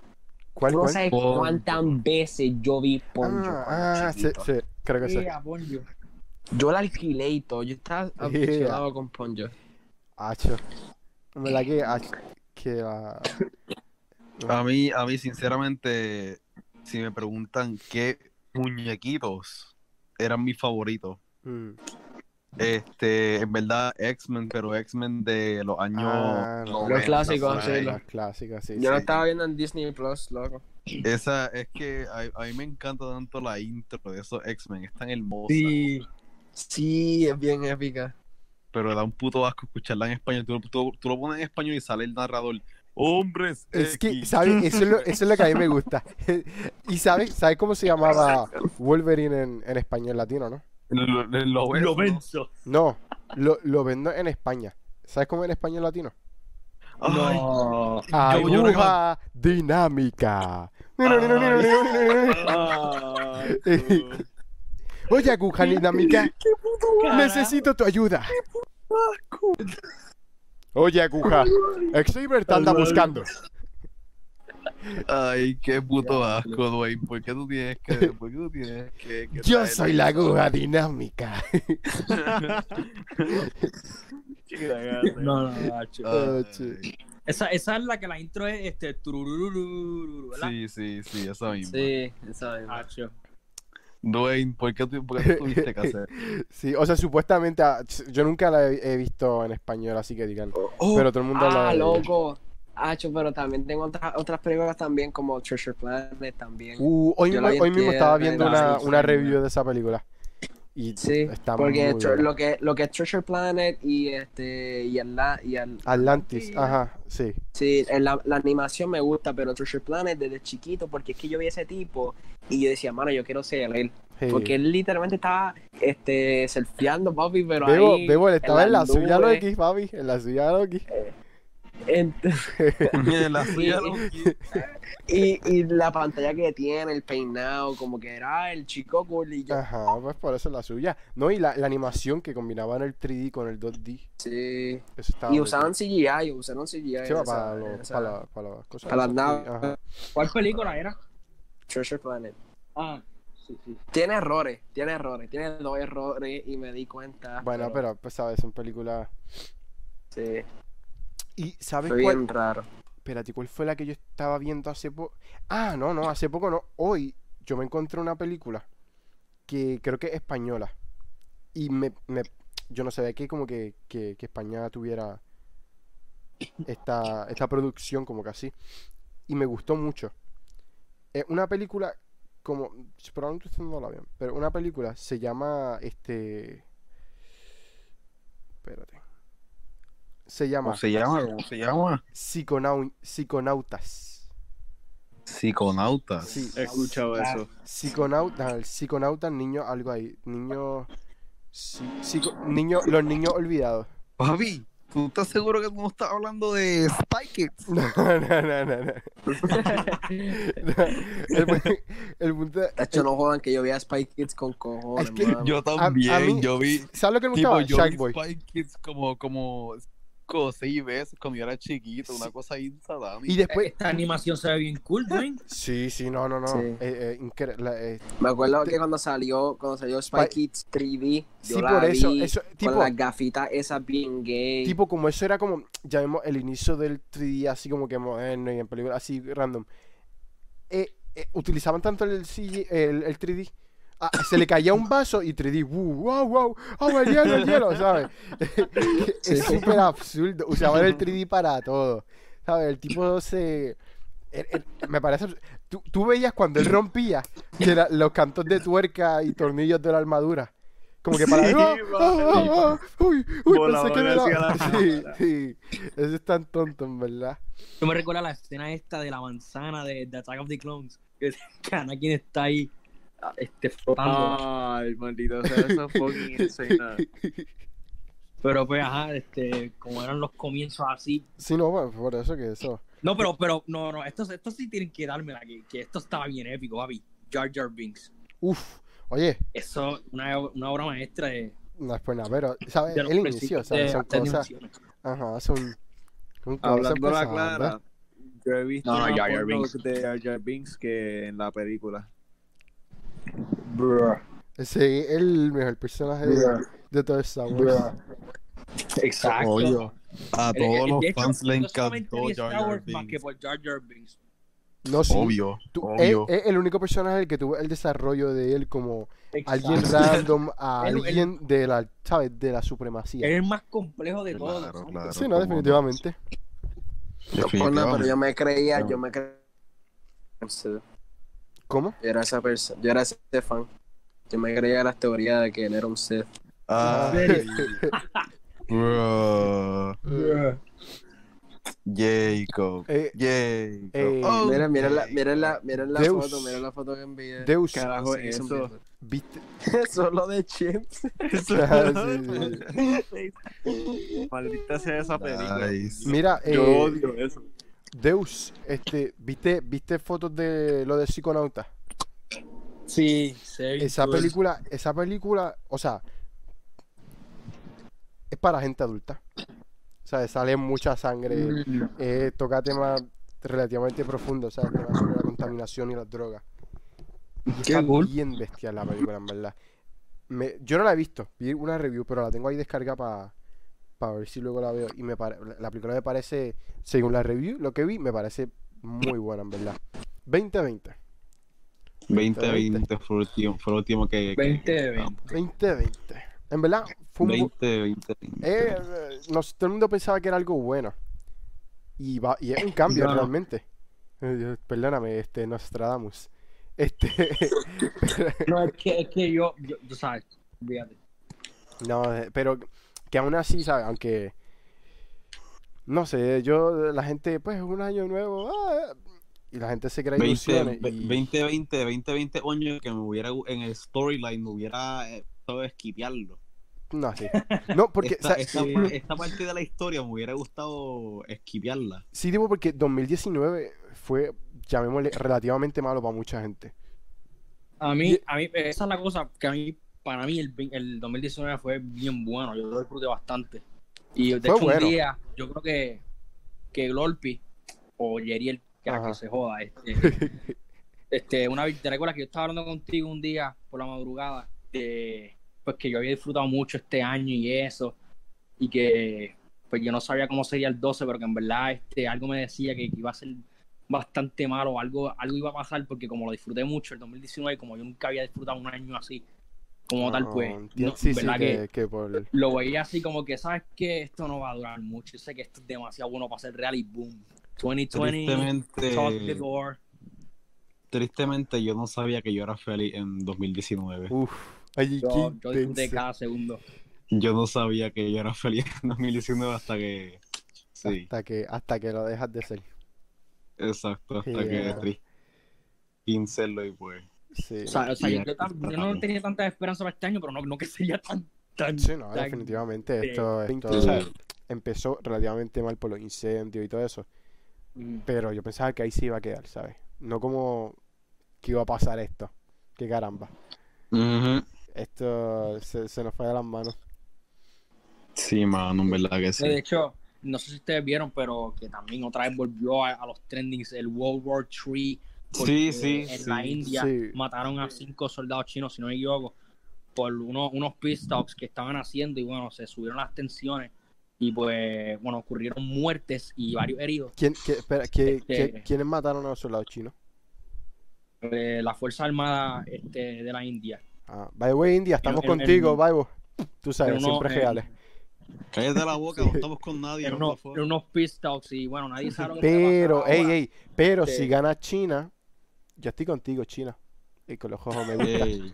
Speaker 1: ¿Cuál,
Speaker 4: Tú no
Speaker 1: cuál?
Speaker 4: sabes
Speaker 2: Ponyo.
Speaker 4: cuántas veces yo vi Ponyo.
Speaker 1: Ah, ah, sí,
Speaker 4: chiquito.
Speaker 1: sí, creo que sí.
Speaker 4: Yo la alquilé y todo. Yo estaba
Speaker 1: Yeah.
Speaker 4: obsesionado con Ponyo.
Speaker 1: Hacho. En verdad que. ach- que ah,
Speaker 2: A mí, a mí, sinceramente, si me preguntan qué muñequitos eran mis favoritos,
Speaker 1: mm,
Speaker 2: este, en verdad, X-Men, pero X-Men de los años.
Speaker 1: Ah, no. Los
Speaker 2: 90
Speaker 6: clásicos,
Speaker 2: por
Speaker 6: sí,
Speaker 2: ahí.
Speaker 6: los-
Speaker 1: las clásicas, sí.
Speaker 6: Yo lo
Speaker 1: sí.
Speaker 6: estaba viendo en Disney Plus, loco.
Speaker 2: Esa es que a, a mí me encanta tanto la intro de esos X-Men, es tan hermosa.
Speaker 6: Sí. Sí, es bien épica.
Speaker 2: Pero da un puto asco escucharla en español. Tú, tú- tú lo pones en español y sale el narrador. Hombres.
Speaker 1: Es que,
Speaker 2: X".
Speaker 1: ¿sabes? Eso es lo, eso es lo que a mí me gusta. [laughs] y ¿sabes sabe cómo se llamaba Wolverine en, en español latino, no?
Speaker 2: Lo, lo- lo ves,
Speaker 5: Lo
Speaker 2: ¿no?
Speaker 5: venzo.
Speaker 1: No, lo, lo vendo en España. ¿Sabes cómo en español latino?
Speaker 2: Ay,
Speaker 4: Oh,
Speaker 5: No.
Speaker 2: yo- yo creo que va-
Speaker 1: Aguja dinámica. No, no, no, no, no, no, no, no.
Speaker 8: Ah,
Speaker 1: [laughs] Oye, aguja dinámica, necesito tu ayuda. Oye, aguja, Xavier te anda buscando.
Speaker 2: ay, qué puto asco, Dwayne. ¿Por qué tú tienes que.? ¿Por qué tú tienes que.? que
Speaker 1: Yo
Speaker 2: traer
Speaker 1: soy la aguja dinámica.
Speaker 5: No, no, no, hacho.
Speaker 2: Ay,
Speaker 1: che.
Speaker 5: Esa, esa es la que la intro es este turururururu, ¿verdad?
Speaker 2: Sí, sí, sí, esa misma.
Speaker 4: Sí, esa misma.
Speaker 5: Hacho.
Speaker 2: Dwayne, ¿por qué, tú, por qué tú tuviste que hacer?
Speaker 1: [laughs] Sí, o sea, supuestamente, ah, yo nunca la he he visto en español, así que digan. Pero todo el mundo habla
Speaker 4: Ah,
Speaker 1: de ella.
Speaker 4: loco. Hacho, pero también tengo otras otras películas también como Treasure Planet también.
Speaker 1: Uh, hoy,
Speaker 4: Yo
Speaker 1: mismo-
Speaker 4: la vi
Speaker 1: hoy mismo
Speaker 4: entera,
Speaker 1: estaba viendo
Speaker 4: la
Speaker 1: una,
Speaker 4: vi
Speaker 1: una
Speaker 4: entera.
Speaker 1: review de esa película. Y
Speaker 4: Sí,
Speaker 1: está
Speaker 4: Porque
Speaker 1: muy
Speaker 4: tr-
Speaker 1: buena.
Speaker 4: lo que lo que es Treasure Planet y este y el, la- y el-
Speaker 1: Ah. Atlantis, ajá, sí.
Speaker 4: sí, el- la, la animación me gusta, pero Treasure Planet desde chiquito porque es que yo vi ese tipo y yo decía, "Mano, yo quiero ser él",
Speaker 1: sí.
Speaker 4: porque él literalmente estaba este surfeando, papi, pero
Speaker 1: Bebo,
Speaker 4: ahí
Speaker 1: Bebo, él estaba en la
Speaker 4: las
Speaker 1: suya
Speaker 4: nubes.
Speaker 1: Loki, papi, en la suya Loki.
Speaker 4: Eh. en- [laughs]
Speaker 2: la suya,
Speaker 4: Y-
Speaker 2: loco.
Speaker 4: y, y la pantalla que tiene, el peinado, como que era el chico cool y yo
Speaker 1: Ajá, pues por eso es la suya. No, y la, la animación que combinaban el 3D con el 2D,
Speaker 4: sí.
Speaker 1: eso estaba... brutal.
Speaker 4: Y usaban CGI, usaron CGI.
Speaker 1: Sí,
Speaker 4: en
Speaker 1: va,
Speaker 4: esa-
Speaker 1: para,
Speaker 4: en
Speaker 1: los-
Speaker 4: esa-
Speaker 1: para la- para las cosas.
Speaker 4: para las
Speaker 1: esas,
Speaker 4: naves.
Speaker 1: sí, ajá.
Speaker 5: ¿Cuál película era?
Speaker 4: Treasure Planet.
Speaker 5: Ah, sí, sí.
Speaker 4: Tiene errores, tiene errores, tiene dos errores y me di cuenta.
Speaker 1: Bueno, pero, pues, sabes, son películas...
Speaker 4: Sí,
Speaker 1: ¿Y sabes
Speaker 4: fue
Speaker 1: cuál?
Speaker 4: bien raro.
Speaker 1: Espérate, ¿cuál fue la que yo estaba viendo hace poco? Ah, no, no, hace poco no. Hoy yo me encontré una película que creo que es española. Y me, me- yo no sabía que como que, que- que España tuviera esta, esta producción como que así. Y me gustó mucho. Es una película como... Probablemente ustedes este no la vean, pero una película se llama este... Espérate. Se llama
Speaker 2: ¿Cómo se llama? ¿Cómo se llama?
Speaker 1: psiconau- psiconautas.
Speaker 2: Psiconautas.
Speaker 1: Sí,
Speaker 3: He escuchado eso.
Speaker 1: psiconautas, el psiconautas, niño, algo ahí. Niño. psi- psico- niño los niños olvidados. [laughs]
Speaker 2: Papi, ¿tú estás seguro que tú no estás hablando de Spy Kids?
Speaker 1: No, no, no, no. no. No, el, pu- el punto.
Speaker 4: De hecho, no jodan que yo veía Spy Kids con cojones,
Speaker 1: Eh, Es que
Speaker 2: [laughs]
Speaker 4: mano.
Speaker 2: Yo
Speaker 1: también, mí-
Speaker 2: yo vi.
Speaker 1: ¿Sabes lo que me
Speaker 2: Tipo,
Speaker 1: gustaba?
Speaker 2: yo
Speaker 1: Shark
Speaker 2: vi
Speaker 1: Boy.
Speaker 2: Spy Kids como, como, como seis veces cuando yo era chiquito, una cosa ahí salami.
Speaker 1: Y
Speaker 4: [laughs]
Speaker 1: después.
Speaker 5: Esta animación se ve bien cool, man.
Speaker 1: Sí, sí, no, no, no.
Speaker 4: Sí.
Speaker 1: eh, eh, incre- la- eh,
Speaker 4: Me acuerdo que cuando salió, cuando salió Spy
Speaker 1: Spy-
Speaker 4: Kids 3D, yo
Speaker 1: sí,
Speaker 4: la
Speaker 1: por
Speaker 4: vi
Speaker 1: eso. eso
Speaker 4: con
Speaker 1: tipo,
Speaker 4: las gafitas esas bien gay.
Speaker 1: tipo, como eso era como, ya vemos el inicio del 3D así como que moderno y en películas así random. Eh, eh, utilizaban tanto el, CG el, el 3D. ah, se le caía un vaso y 3D, "Wow, wow, wow, oh, el hielo, el hielo,
Speaker 3: [laughs]
Speaker 1: ¿sabes? es súper absurdo. Usaban el 3D para todo. ¿Sabes? El tipo se. er- er- me parece. abs- Tú, tú veías cuando él rompía que era los cantos de tuerca y tornillos de la armadura. Como que para.
Speaker 3: Sí,
Speaker 1: ¡Ah, ah,
Speaker 3: vale.
Speaker 1: ah, ah! uy, uy,
Speaker 3: Volaban
Speaker 1: pensé que me era-
Speaker 3: hacia la
Speaker 1: Sí,
Speaker 3: cámara.
Speaker 1: [laughs] sí. Eso es tan tonto, en verdad.
Speaker 5: Yo me recuerdo la escena esta de la manzana de, de Attack of the Clones. Que, [laughs] que Anakin está ahí ah, este, flotando.
Speaker 2: Ah.
Speaker 3: Ay, maldito sea
Speaker 1: [laughs]
Speaker 3: esa fucking escena.
Speaker 5: Pero pues, ajá, este, como eran los comienzos así.
Speaker 1: Sí, no, bueno, por eso que eso.
Speaker 5: No, pero, pero, no, no, estos, estos sí tienen que dármela, que, que esto estaba bien épico, papi. Jar Jar Binks.
Speaker 1: Uf, oye,
Speaker 5: Eso, una, una obra maestra de,
Speaker 1: no es por nada, pero, ¿sabes?
Speaker 5: de los
Speaker 1: El inicio,
Speaker 5: principios
Speaker 1: ¿sabes?
Speaker 5: de
Speaker 1: Son
Speaker 5: estas
Speaker 1: cosas.
Speaker 5: dimensiones.
Speaker 1: Ajá, son. son cosas
Speaker 8: Hablando la
Speaker 1: pesadas.
Speaker 8: clara, yo he visto
Speaker 5: No, no,
Speaker 8: más
Speaker 5: Jar Jar
Speaker 8: pornos
Speaker 5: Binks.
Speaker 8: de Jar Jar Binks que en la
Speaker 1: [laughs]
Speaker 8: película.
Speaker 1: Ese es el mejor personaje de, de todo Star Wars.
Speaker 5: Exacto.
Speaker 2: Oye, a
Speaker 5: Eh, eh,
Speaker 2: todos los
Speaker 5: de hecho,
Speaker 2: fans le
Speaker 5: yo solamente
Speaker 2: encantó
Speaker 5: vi
Speaker 2: Jar
Speaker 5: Star
Speaker 2: Jar
Speaker 5: Wars Más que
Speaker 2: Binks.
Speaker 5: por Jar Jar Binks.
Speaker 1: No, sí,
Speaker 2: Obvio,
Speaker 1: tú- eh, es,
Speaker 2: obvio.
Speaker 1: es el único personaje el que tuvo el desarrollo de él como alguien
Speaker 5: [laughs] Exacto.
Speaker 1: random a
Speaker 5: El- el-
Speaker 1: alguien de la, ¿sabes? De la supremacía.
Speaker 5: Es el más complejo de todos.
Speaker 2: Claro,
Speaker 5: eh, ¿no?
Speaker 2: claro,
Speaker 1: sí, no,
Speaker 2: cómo
Speaker 1: definitivamente.
Speaker 4: Pues nada, pero yo
Speaker 2: Definitivamente.
Speaker 4: me creía,
Speaker 2: Claro.
Speaker 4: yo me creía. no sé, Yo
Speaker 1: ¿Cómo?
Speaker 4: era esa persona, yo era ese fan. Yo me creía las teorías de que él era un Sith.
Speaker 2: Ay, Ah, [laughs] bro. Jacob.
Speaker 1: Eh,
Speaker 2: Jacob.
Speaker 1: Eh,
Speaker 2: Oh,
Speaker 4: Mira, mira la, mira la,
Speaker 2: Jacob.
Speaker 4: mira la
Speaker 1: Deus.
Speaker 4: foto, mira la foto que envié. [laughs]
Speaker 1: Deus,
Speaker 3: Carajo,
Speaker 4: Sí, son
Speaker 3: eso.
Speaker 4: bien-
Speaker 1: ¿viste?
Speaker 4: Eso es lo de Chimps.
Speaker 1: Ah, sí, sí.
Speaker 8: Maldita sea esa película.
Speaker 2: Nice.
Speaker 1: Mira, eh,
Speaker 3: Yo odio eso.
Speaker 1: Deus, este, ¿viste, ¿viste fotos de lo de Psiconauta?
Speaker 5: Sí, sí.
Speaker 1: Esa película, esa película, o sea, es para gente adulta. O sea, sale mucha sangre,
Speaker 5: Mm.
Speaker 1: eh, toca temas relativamente profundos, o sea, temas sobre la contaminación y las drogas. Y
Speaker 5: Qué
Speaker 1: está
Speaker 5: cool.
Speaker 1: bien bestial la película, en verdad. Me- yo no la he visto, vi una review, pero la tengo ahí descargada para ver si luego la veo. Y me pare- la- la película me parece, según la review, lo que vi, me parece muy buena, en verdad. 2020.
Speaker 2: 2020 fue el último, fue el último que. que-
Speaker 5: 2020.
Speaker 1: 2020. En verdad, fue un bu-
Speaker 2: 2020.
Speaker 1: eh, eh, nos- todo el mundo pensaba que era algo bueno. Y, va, y es un cambio
Speaker 5: Claro.
Speaker 1: realmente. Eh, Dios, Perdóname, este, Nostradamus. Este. [laughs]
Speaker 5: No, es que, es que yo, yo, tú sabes, fíjate.
Speaker 1: no, eh, pero que aún así, ¿sabes? Aunque. No sé, yo. La gente, pues, un año nuevo. ah, y la gente se crea
Speaker 2: 20,
Speaker 1: ilusiones.
Speaker 2: ve-
Speaker 1: y-
Speaker 2: 2020, 2020, coño, que me hubiera gu- en el storyline me hubiera eh, todo esquipearlo.
Speaker 1: No, sí. No, porque.
Speaker 2: esta,
Speaker 1: ¿sabes?
Speaker 2: esta par- esta parte de la historia me hubiera gustado esquipearla.
Speaker 1: Sí, tipo, porque 2019 fue, llamémosle, relativamente malo para mucha gente.
Speaker 5: A mí,
Speaker 1: Y-
Speaker 5: a mí, esa es la cosa que a mí, para mí, el, vi- el 2019 fue bien bueno. Yo lo disfruté bastante. Y de
Speaker 1: Fue
Speaker 5: hecho,
Speaker 1: bueno.
Speaker 5: un día, yo creo que, que Glorpi o Yeriel, que, era
Speaker 1: Ajá.
Speaker 5: que se joda,
Speaker 1: [laughs]
Speaker 5: este, este, una vez, te recuerdas que yo estaba hablando contigo un día por la madrugada, de, pues que yo había disfrutado mucho este año y eso, y que pues yo no sabía cómo sería el 12, pero que en verdad este, algo me decía que iba a ser bastante malo, algo, algo iba a pasar, porque como lo disfruté mucho el 2019, como yo nunca había disfrutado un año así, como tal,
Speaker 1: Ah,
Speaker 5: pues,
Speaker 1: entiendo.
Speaker 5: no,
Speaker 1: sí, sí,
Speaker 5: ¿verdad que-
Speaker 1: que, que por...
Speaker 5: lo veía así como que, ¿sabes que Esto no va a durar mucho. Yo sé que esto es demasiado bueno para ser real y boom. 2020, shut the
Speaker 2: Tristemente,
Speaker 5: door.
Speaker 2: tristemente, yo no sabía que yo era feliz en 2019.
Speaker 1: Uf, allí
Speaker 5: Yo, yo
Speaker 1: qué
Speaker 5: disfruté
Speaker 1: intenso.
Speaker 5: cada segundo.
Speaker 2: Yo no sabía que yo era [laughs] feliz en 2019 hasta que. Sí,
Speaker 1: Hasta que, hasta que lo dejas de ser.
Speaker 2: exacto, hasta
Speaker 1: Sí,
Speaker 2: que
Speaker 1: ya.
Speaker 2: tri- Pincelo y pues.
Speaker 1: Sí,
Speaker 5: O sea, o sea,
Speaker 2: Sí,
Speaker 5: yo, yo tam- yo no
Speaker 2: claro.
Speaker 5: tenía tanta esperanza para este año, pero no, no que [laughs] sería tan, tan
Speaker 1: sí, no,
Speaker 5: tan-
Speaker 1: definitivamente
Speaker 5: eh,
Speaker 1: esto, esto o sea, empezó relativamente mal por los incendios y todo eso.
Speaker 5: Mm.
Speaker 1: Pero yo pensaba que ahí sí iba a quedar, ¿sabes? No como que iba a pasar esto. Que caramba. Esto se, se nos fue de las manos.
Speaker 2: Sí, mano, en verdad que sí.
Speaker 5: De hecho, no sé si ustedes vieron, pero que también otra vez volvió a, a los trendings el World War III.
Speaker 2: Sí,
Speaker 5: porque
Speaker 2: sí,
Speaker 5: En
Speaker 2: sí.
Speaker 5: la India
Speaker 1: Sí.
Speaker 5: mataron a cinco soldados chinos, si no me equivoco, por uno- unos pit stops que estaban haciendo y bueno, se subieron las tensiones y pues, bueno, ocurrieron muertes y varios heridos.
Speaker 1: ¿Quién, qué- espera, qué-
Speaker 5: Este-
Speaker 1: qué- ¿Quiénes mataron a los soldados chinos?
Speaker 5: Eh, la Fuerza Armada este, de la India.
Speaker 1: Ah, by the way, India, estamos
Speaker 5: el- el-
Speaker 1: contigo, Baibo. Tú sabes,
Speaker 5: Pero no,
Speaker 1: siempre
Speaker 5: eh,
Speaker 1: reales.
Speaker 2: Cállate la boca, no estamos con nadie.
Speaker 5: Eran
Speaker 2: no,
Speaker 5: unos,
Speaker 2: por favor.
Speaker 5: eran unos pit stops y bueno, nadie sabe lo que
Speaker 1: Pero,
Speaker 5: pasaba
Speaker 1: ey,
Speaker 5: ahora.
Speaker 1: ey, pero
Speaker 5: Sí.
Speaker 1: si gana China, yo estoy contigo, China. Y con los ojos me gusta. [laughs]
Speaker 2: Ey,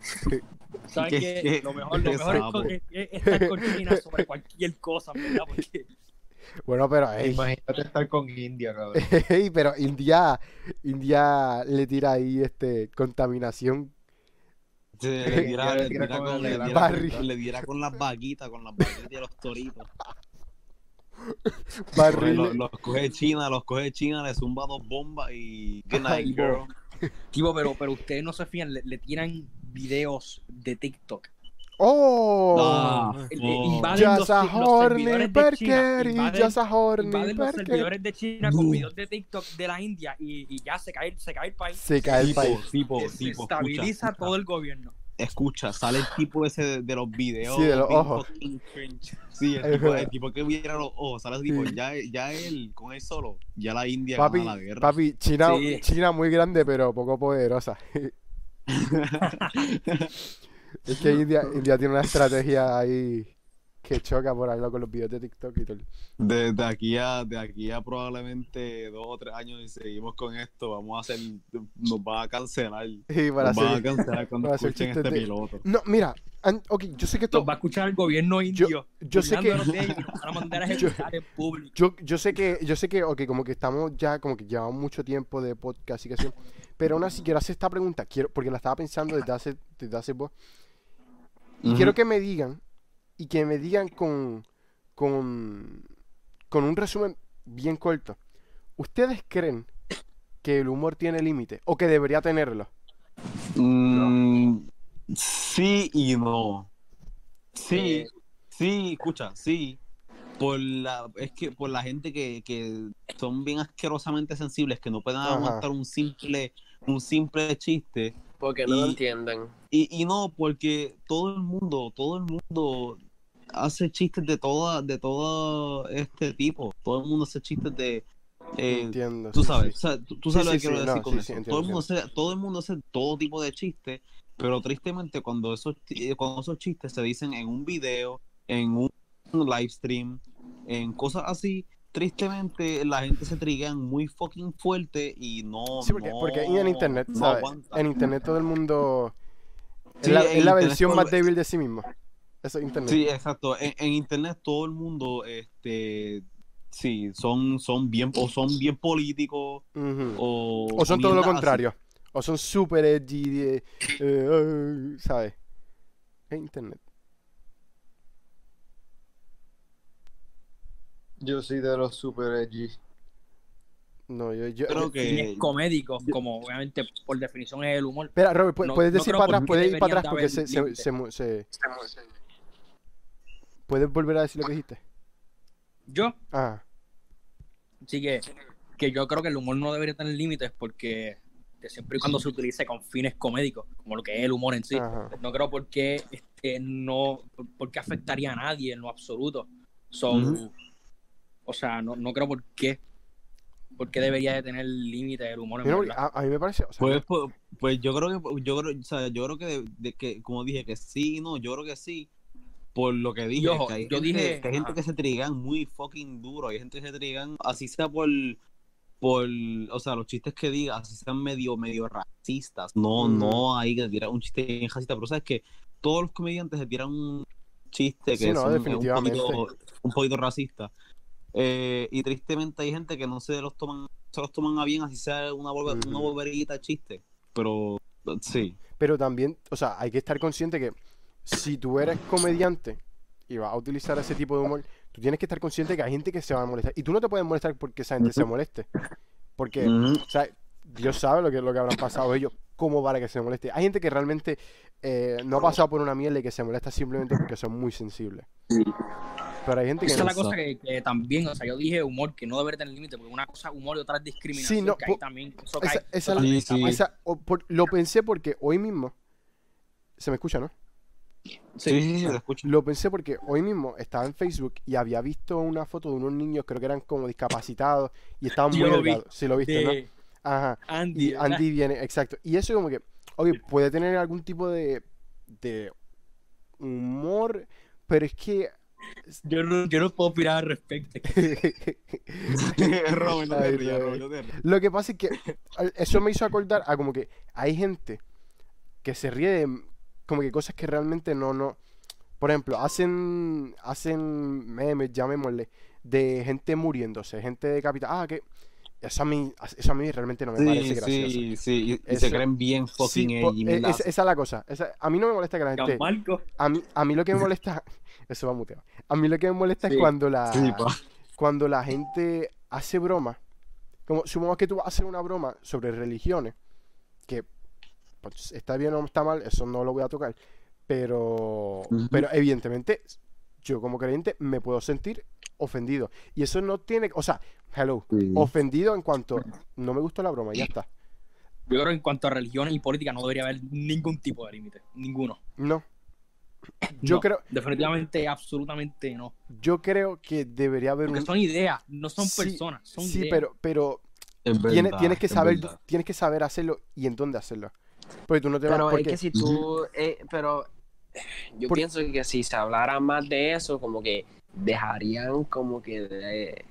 Speaker 5: ¿Sabes
Speaker 2: [laughs] Qué-
Speaker 5: qué?
Speaker 2: qué-
Speaker 5: Lo mejor, lo
Speaker 2: qué
Speaker 5: mejor es,
Speaker 2: sapo.
Speaker 5: con- es- es estar con China sobre cualquier cosa,
Speaker 2: [laughs]
Speaker 5: ¿verdad? Porque
Speaker 1: Bueno, pero, ey,
Speaker 5: Imagínate estar con India, cabrón.
Speaker 1: [laughs] ey, pero India, India le tira ahí este contaminación.
Speaker 2: sí, le diera,
Speaker 5: le
Speaker 2: le
Speaker 5: diera
Speaker 2: diera
Speaker 5: con
Speaker 2: con,
Speaker 5: el
Speaker 2: le diera
Speaker 1: Barry.
Speaker 2: con- le diera con las vaguitas, con las vaguitas y los toritos.
Speaker 1: Barriles.
Speaker 2: Los, los coge China, los coge China, le zumba dos bombas y. Good night,
Speaker 1: Ay,
Speaker 2: girl.
Speaker 5: Tipo, pero, pero ustedes no se fían, le, le tiran videos de TikTok.
Speaker 1: ¡Oh!
Speaker 2: Ah,
Speaker 5: Eh,
Speaker 2: oh.
Speaker 5: invaden
Speaker 1: Ya
Speaker 5: los-
Speaker 1: sa
Speaker 5: los
Speaker 1: horny
Speaker 5: servidores de China,
Speaker 1: burger y
Speaker 5: invaden-
Speaker 1: ya sa horny
Speaker 5: Invaden los
Speaker 1: burger.
Speaker 5: servidores de China con videos de TikTok de la India y, y ya se cae, se cae el país.
Speaker 1: Se cae el
Speaker 2: Tipo,
Speaker 1: país.
Speaker 2: tipo,
Speaker 5: se
Speaker 2: tipo,
Speaker 5: estabiliza
Speaker 2: escucha,
Speaker 5: todo el gobierno.
Speaker 2: escucha, sale el tipo ese de, de los videos.
Speaker 1: Sí, de los
Speaker 2: bien
Speaker 1: ojos.
Speaker 2: fucking cringe. Sí, el
Speaker 1: Es
Speaker 2: tipo,
Speaker 1: verdad.
Speaker 2: el tipo que viera los ojos, sale el tipo,
Speaker 1: Sí.
Speaker 2: ya, ya él, con él solo, ya la India
Speaker 1: Papi,
Speaker 2: gana la guerra.
Speaker 1: papi, China,
Speaker 5: Sí.
Speaker 1: China muy grande pero poco poderosa. [laughs] es que India, India tiene una estrategia ahí que choca por ahí con los videos de TikTok y todo.
Speaker 2: De, de aquí a, de aquí a probablemente dos o tres años y seguimos con esto, vamos a hacer, nos van a cancelar.
Speaker 1: Y para
Speaker 2: nos van a
Speaker 1: hacer... [laughs]
Speaker 2: cancelar cuando
Speaker 1: para hacer
Speaker 2: escuchen
Speaker 1: chistes
Speaker 2: este
Speaker 1: de-
Speaker 2: piloto.
Speaker 1: No, mira, an- ok, yo sé que
Speaker 5: Los
Speaker 1: esto...
Speaker 5: va a escuchar el gobierno indio.
Speaker 1: Yo sé que...
Speaker 5: burlándonos de
Speaker 1: [laughs]
Speaker 5: ellos y nos van a mandar a
Speaker 1: Yo-
Speaker 5: ejecutar en público.
Speaker 1: Yo, yo sé que, yo sé que, ok, como que estamos ya, como que llevamos mucho tiempo de podcast y que así, pero aún así quiero hacer esta pregunta, quiero, porque la estaba pensando desde hace, desde hace po- y quiero que me digan, y que me digan con, con, con un resumen bien corto, ¿ustedes creen que el humor tiene límite, o que debería tenerlo?
Speaker 2: Mm, sí y no. Sí,
Speaker 5: Eh.
Speaker 2: sí, escucha, sí. Por la, es que por la gente que, que son bien asquerosamente sensibles, que no pueden
Speaker 1: Ajá.
Speaker 2: aguantar un simple, un simple chiste.
Speaker 6: Porque no lo
Speaker 2: Y-
Speaker 6: entienden.
Speaker 2: Y, y no, porque todo el mundo, todo el mundo hace chistes de toda, de todo este tipo. Todo el mundo hace chistes de eh,
Speaker 1: Entiendo.
Speaker 2: Tú
Speaker 1: sí,
Speaker 2: sabes,
Speaker 1: sí.
Speaker 2: o sea, tú, tú
Speaker 1: Sí,
Speaker 2: sabes lo
Speaker 1: sí,
Speaker 2: que quiero
Speaker 1: sí,
Speaker 2: decir
Speaker 1: no,
Speaker 2: con
Speaker 1: sí,
Speaker 2: eso.
Speaker 1: sí, entiendo,
Speaker 2: todo, el mundo hace, todo el mundo hace todo tipo de chistes, pero tristemente cuando esos, chi- cuando esos chistes se dicen en un video, en un live stream, en cosas así, tristemente la gente se triguean muy fucking fuerte y no.
Speaker 1: Sí, porque,
Speaker 2: no-
Speaker 1: porque en internet,
Speaker 2: no
Speaker 1: ¿sabes?
Speaker 2: aguanta.
Speaker 1: En internet todo el mundo es
Speaker 2: Sí,
Speaker 1: la,
Speaker 2: en
Speaker 1: es la
Speaker 2: internet
Speaker 1: versión
Speaker 2: todo-
Speaker 1: más débil de sí mismo. Eso es internet.
Speaker 2: Sí, exacto. En, en internet todo el mundo, este, sí, son, son bien, o son bien políticos,
Speaker 1: Ujú.
Speaker 2: o,
Speaker 1: O son todo lo
Speaker 2: mierdas así.
Speaker 1: contrario. O son super edgy, de- eh, eh, ¿sabes? Es internet.
Speaker 8: Yo soy de los super edgy.
Speaker 1: No, yo... yo-
Speaker 2: Creo [laughs] que-
Speaker 5: Fines comédicos, como obviamente por definición es el humor.
Speaker 1: Espera, Robert, ¿pu-
Speaker 5: No-
Speaker 1: puedes
Speaker 5: no
Speaker 1: decir
Speaker 5: creo
Speaker 1: para
Speaker 5: por
Speaker 1: atrás,
Speaker 5: qué
Speaker 1: puedes ir para atrás
Speaker 5: deberían de
Speaker 1: porque
Speaker 5: haber
Speaker 1: se, se,
Speaker 5: límites.
Speaker 1: se, mu- se- ¿Puedes volver a decir lo que dijiste?
Speaker 5: Yo,
Speaker 1: Ah,
Speaker 5: Así que, que yo creo que el humor no debería tener límites porque que siempre y cuando se utilice con fines comédicos, como lo que es el humor en sí,
Speaker 1: ajá.
Speaker 5: no creo por qué este, no, por qué afectaría a nadie en lo absoluto. So,
Speaker 2: Ujú.
Speaker 5: O sea, no, no creo por qué, por qué debería de tener límites el humor en
Speaker 1: Mira,
Speaker 5: verdad.
Speaker 1: a, a mí me parece... o sea,
Speaker 2: Pues, pues, pues yo creo que yo creo, o sea, yo creo que, de- de que, como dije que sí y no, yo creo que sí por lo que dije,
Speaker 5: Y ojo,
Speaker 2: que hay
Speaker 5: yo
Speaker 2: gente,
Speaker 5: dije-
Speaker 2: que hay gente que se trigan muy fucking duro, hay gente que se trigan así sea por por o sea, los chistes que diga, así sean medio medio racistas. No,
Speaker 1: Mm.
Speaker 2: no hay que tirar un chiste bien racista, pero sabes que todos los comediantes se tiran un chiste que
Speaker 1: Sí,
Speaker 2: es
Speaker 1: no,
Speaker 2: un- es un,
Speaker 1: definitivamente.
Speaker 2: poquito, un poquito racista. Eh, y tristemente hay gente que no se los toman se los toman a bien así sea una, volve-
Speaker 1: Ujú.
Speaker 2: una volverita de chiste pero sí.
Speaker 1: Pero también, o sea, hay que estar consciente que si tú eres comediante y vas a utilizar ese tipo de humor, tú tienes que estar consciente que hay gente que se va a molestar. Y tú no te puedes molestar porque esa gente se moleste. Porque,
Speaker 2: Mm.
Speaker 1: o sea, Dios sabe lo que, lo que habrán pasado ellos, cómo para que se moleste. Hay gente que realmente eh, no ha pasado por una mierda y que se molesta simplemente porque son muy sensibles. Pero hay gente que
Speaker 5: Esa es
Speaker 1: no.
Speaker 5: la cosa que, que también, o sea, yo dije humor, que no debería tener límite, porque una cosa es humor y otra es discriminación.
Speaker 1: Sí, no,
Speaker 5: que ahí
Speaker 1: po-
Speaker 5: también, eso cae
Speaker 1: Esa- esa-
Speaker 5: totalmente.
Speaker 2: Sí, sí.
Speaker 1: esa- o por- lo pensé porque hoy mismo. Se me escucha, ¿no?
Speaker 2: Sí, sí, sí, lo escucho.
Speaker 1: Lo pensé porque hoy mismo estaba en Facebook y había visto una foto de unos niños, creo que eran como discapacitados y estaban
Speaker 5: Sí,
Speaker 1: muy
Speaker 5: [laughs] yo lo vi.
Speaker 1: delgados. Sí, lo viste, ¿no?
Speaker 5: De
Speaker 1: Ajá.
Speaker 5: Andy,
Speaker 1: Y
Speaker 5: ¿verdad?
Speaker 1: Andy viene, exacto. Y eso como que, ok, puede tener algún tipo de, de humor, pero es
Speaker 5: [laughs]
Speaker 1: que...
Speaker 5: Yo, no, yo no puedo opinar al respecto.
Speaker 1: [laughs]
Speaker 2: Robert, no te
Speaker 1: Ay,
Speaker 2: rías,
Speaker 1: Robert.
Speaker 2: Robert, no te rías.
Speaker 1: Lo que pasa es que al- eso me hizo acordar a como que hay gente que se ríe de como que cosas que realmente no, no. Por ejemplo, hacen, hacen memes, llamémosle, de gente muriéndose, gente decapitada. Ah, que eso a mí, eso a mí realmente no me parece
Speaker 2: Sí,
Speaker 1: gracioso.
Speaker 2: sí, sí, y- y
Speaker 1: Eso-
Speaker 2: se creen bien fucking
Speaker 1: Sí, po-
Speaker 2: edgy,
Speaker 1: eh,
Speaker 2: mil
Speaker 1: esa, esa es la cosa. esa- a mí no me molesta que la gente.
Speaker 5: Marco.
Speaker 1: A mí, a mí lo que me molesta. [laughs] Eso va muteado. A mí lo que me molesta es
Speaker 5: Sí.
Speaker 1: cuando la.
Speaker 2: Sí, pa.
Speaker 1: Cuando la gente hace bromas. Como supongamos que tú vas a hacer una broma sobre religiones. Que pues, está bien o está mal, eso no lo voy a tocar. Pero.
Speaker 2: Ujú.
Speaker 1: Pero evidentemente, yo como creyente me puedo sentir ofendido. Y eso no tiene. O sea, hello.
Speaker 2: Sí.
Speaker 1: Ofendido en cuanto. No me gustó la broma, ya está.
Speaker 5: Yo creo que en cuanto a religiones y política no debería haber ningún tipo de límite. Ninguno.
Speaker 1: No. [clears throat] Yo
Speaker 5: No,
Speaker 1: creo.
Speaker 5: Definitivamente, absolutamente no.
Speaker 1: Yo creo que debería haber
Speaker 5: Porque
Speaker 1: un.
Speaker 5: son ideas, no son
Speaker 1: Sí,
Speaker 5: personas. Son
Speaker 1: Sí,
Speaker 5: ideas.
Speaker 1: pero, pero
Speaker 2: Es
Speaker 1: tiene-
Speaker 2: verdad,
Speaker 1: tienes que
Speaker 2: es
Speaker 1: saber,
Speaker 2: verdad.
Speaker 1: tienes que saber hacerlo y en dónde hacerlo. Porque tú no te vas
Speaker 4: Pero es
Speaker 1: porque
Speaker 4: que si tú, eh, pero yo
Speaker 1: Por-
Speaker 4: pienso que si se hablara más de eso, como que dejarían como que de-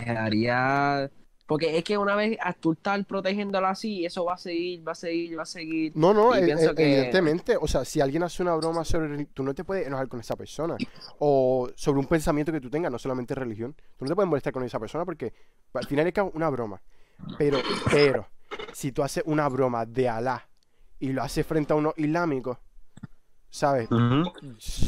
Speaker 4: dejaría, porque es que una vez a tú estar protegiéndolo así, eso va a seguir, va a seguir, va a seguir.
Speaker 1: no, no,
Speaker 4: y
Speaker 1: e-
Speaker 4: pienso
Speaker 1: e-
Speaker 4: que-
Speaker 1: evidentemente, o sea, si alguien hace una broma sobre reli- tú no te puedes enojar con esa persona o sobre un pensamiento que tú tengas, no solamente religión, tú no te puedes molestar con esa persona porque al final es una broma. Pero, pero, si tú haces una broma de Alá y lo haces frente a unos islámicos, ¿sabes?
Speaker 2: Ujú.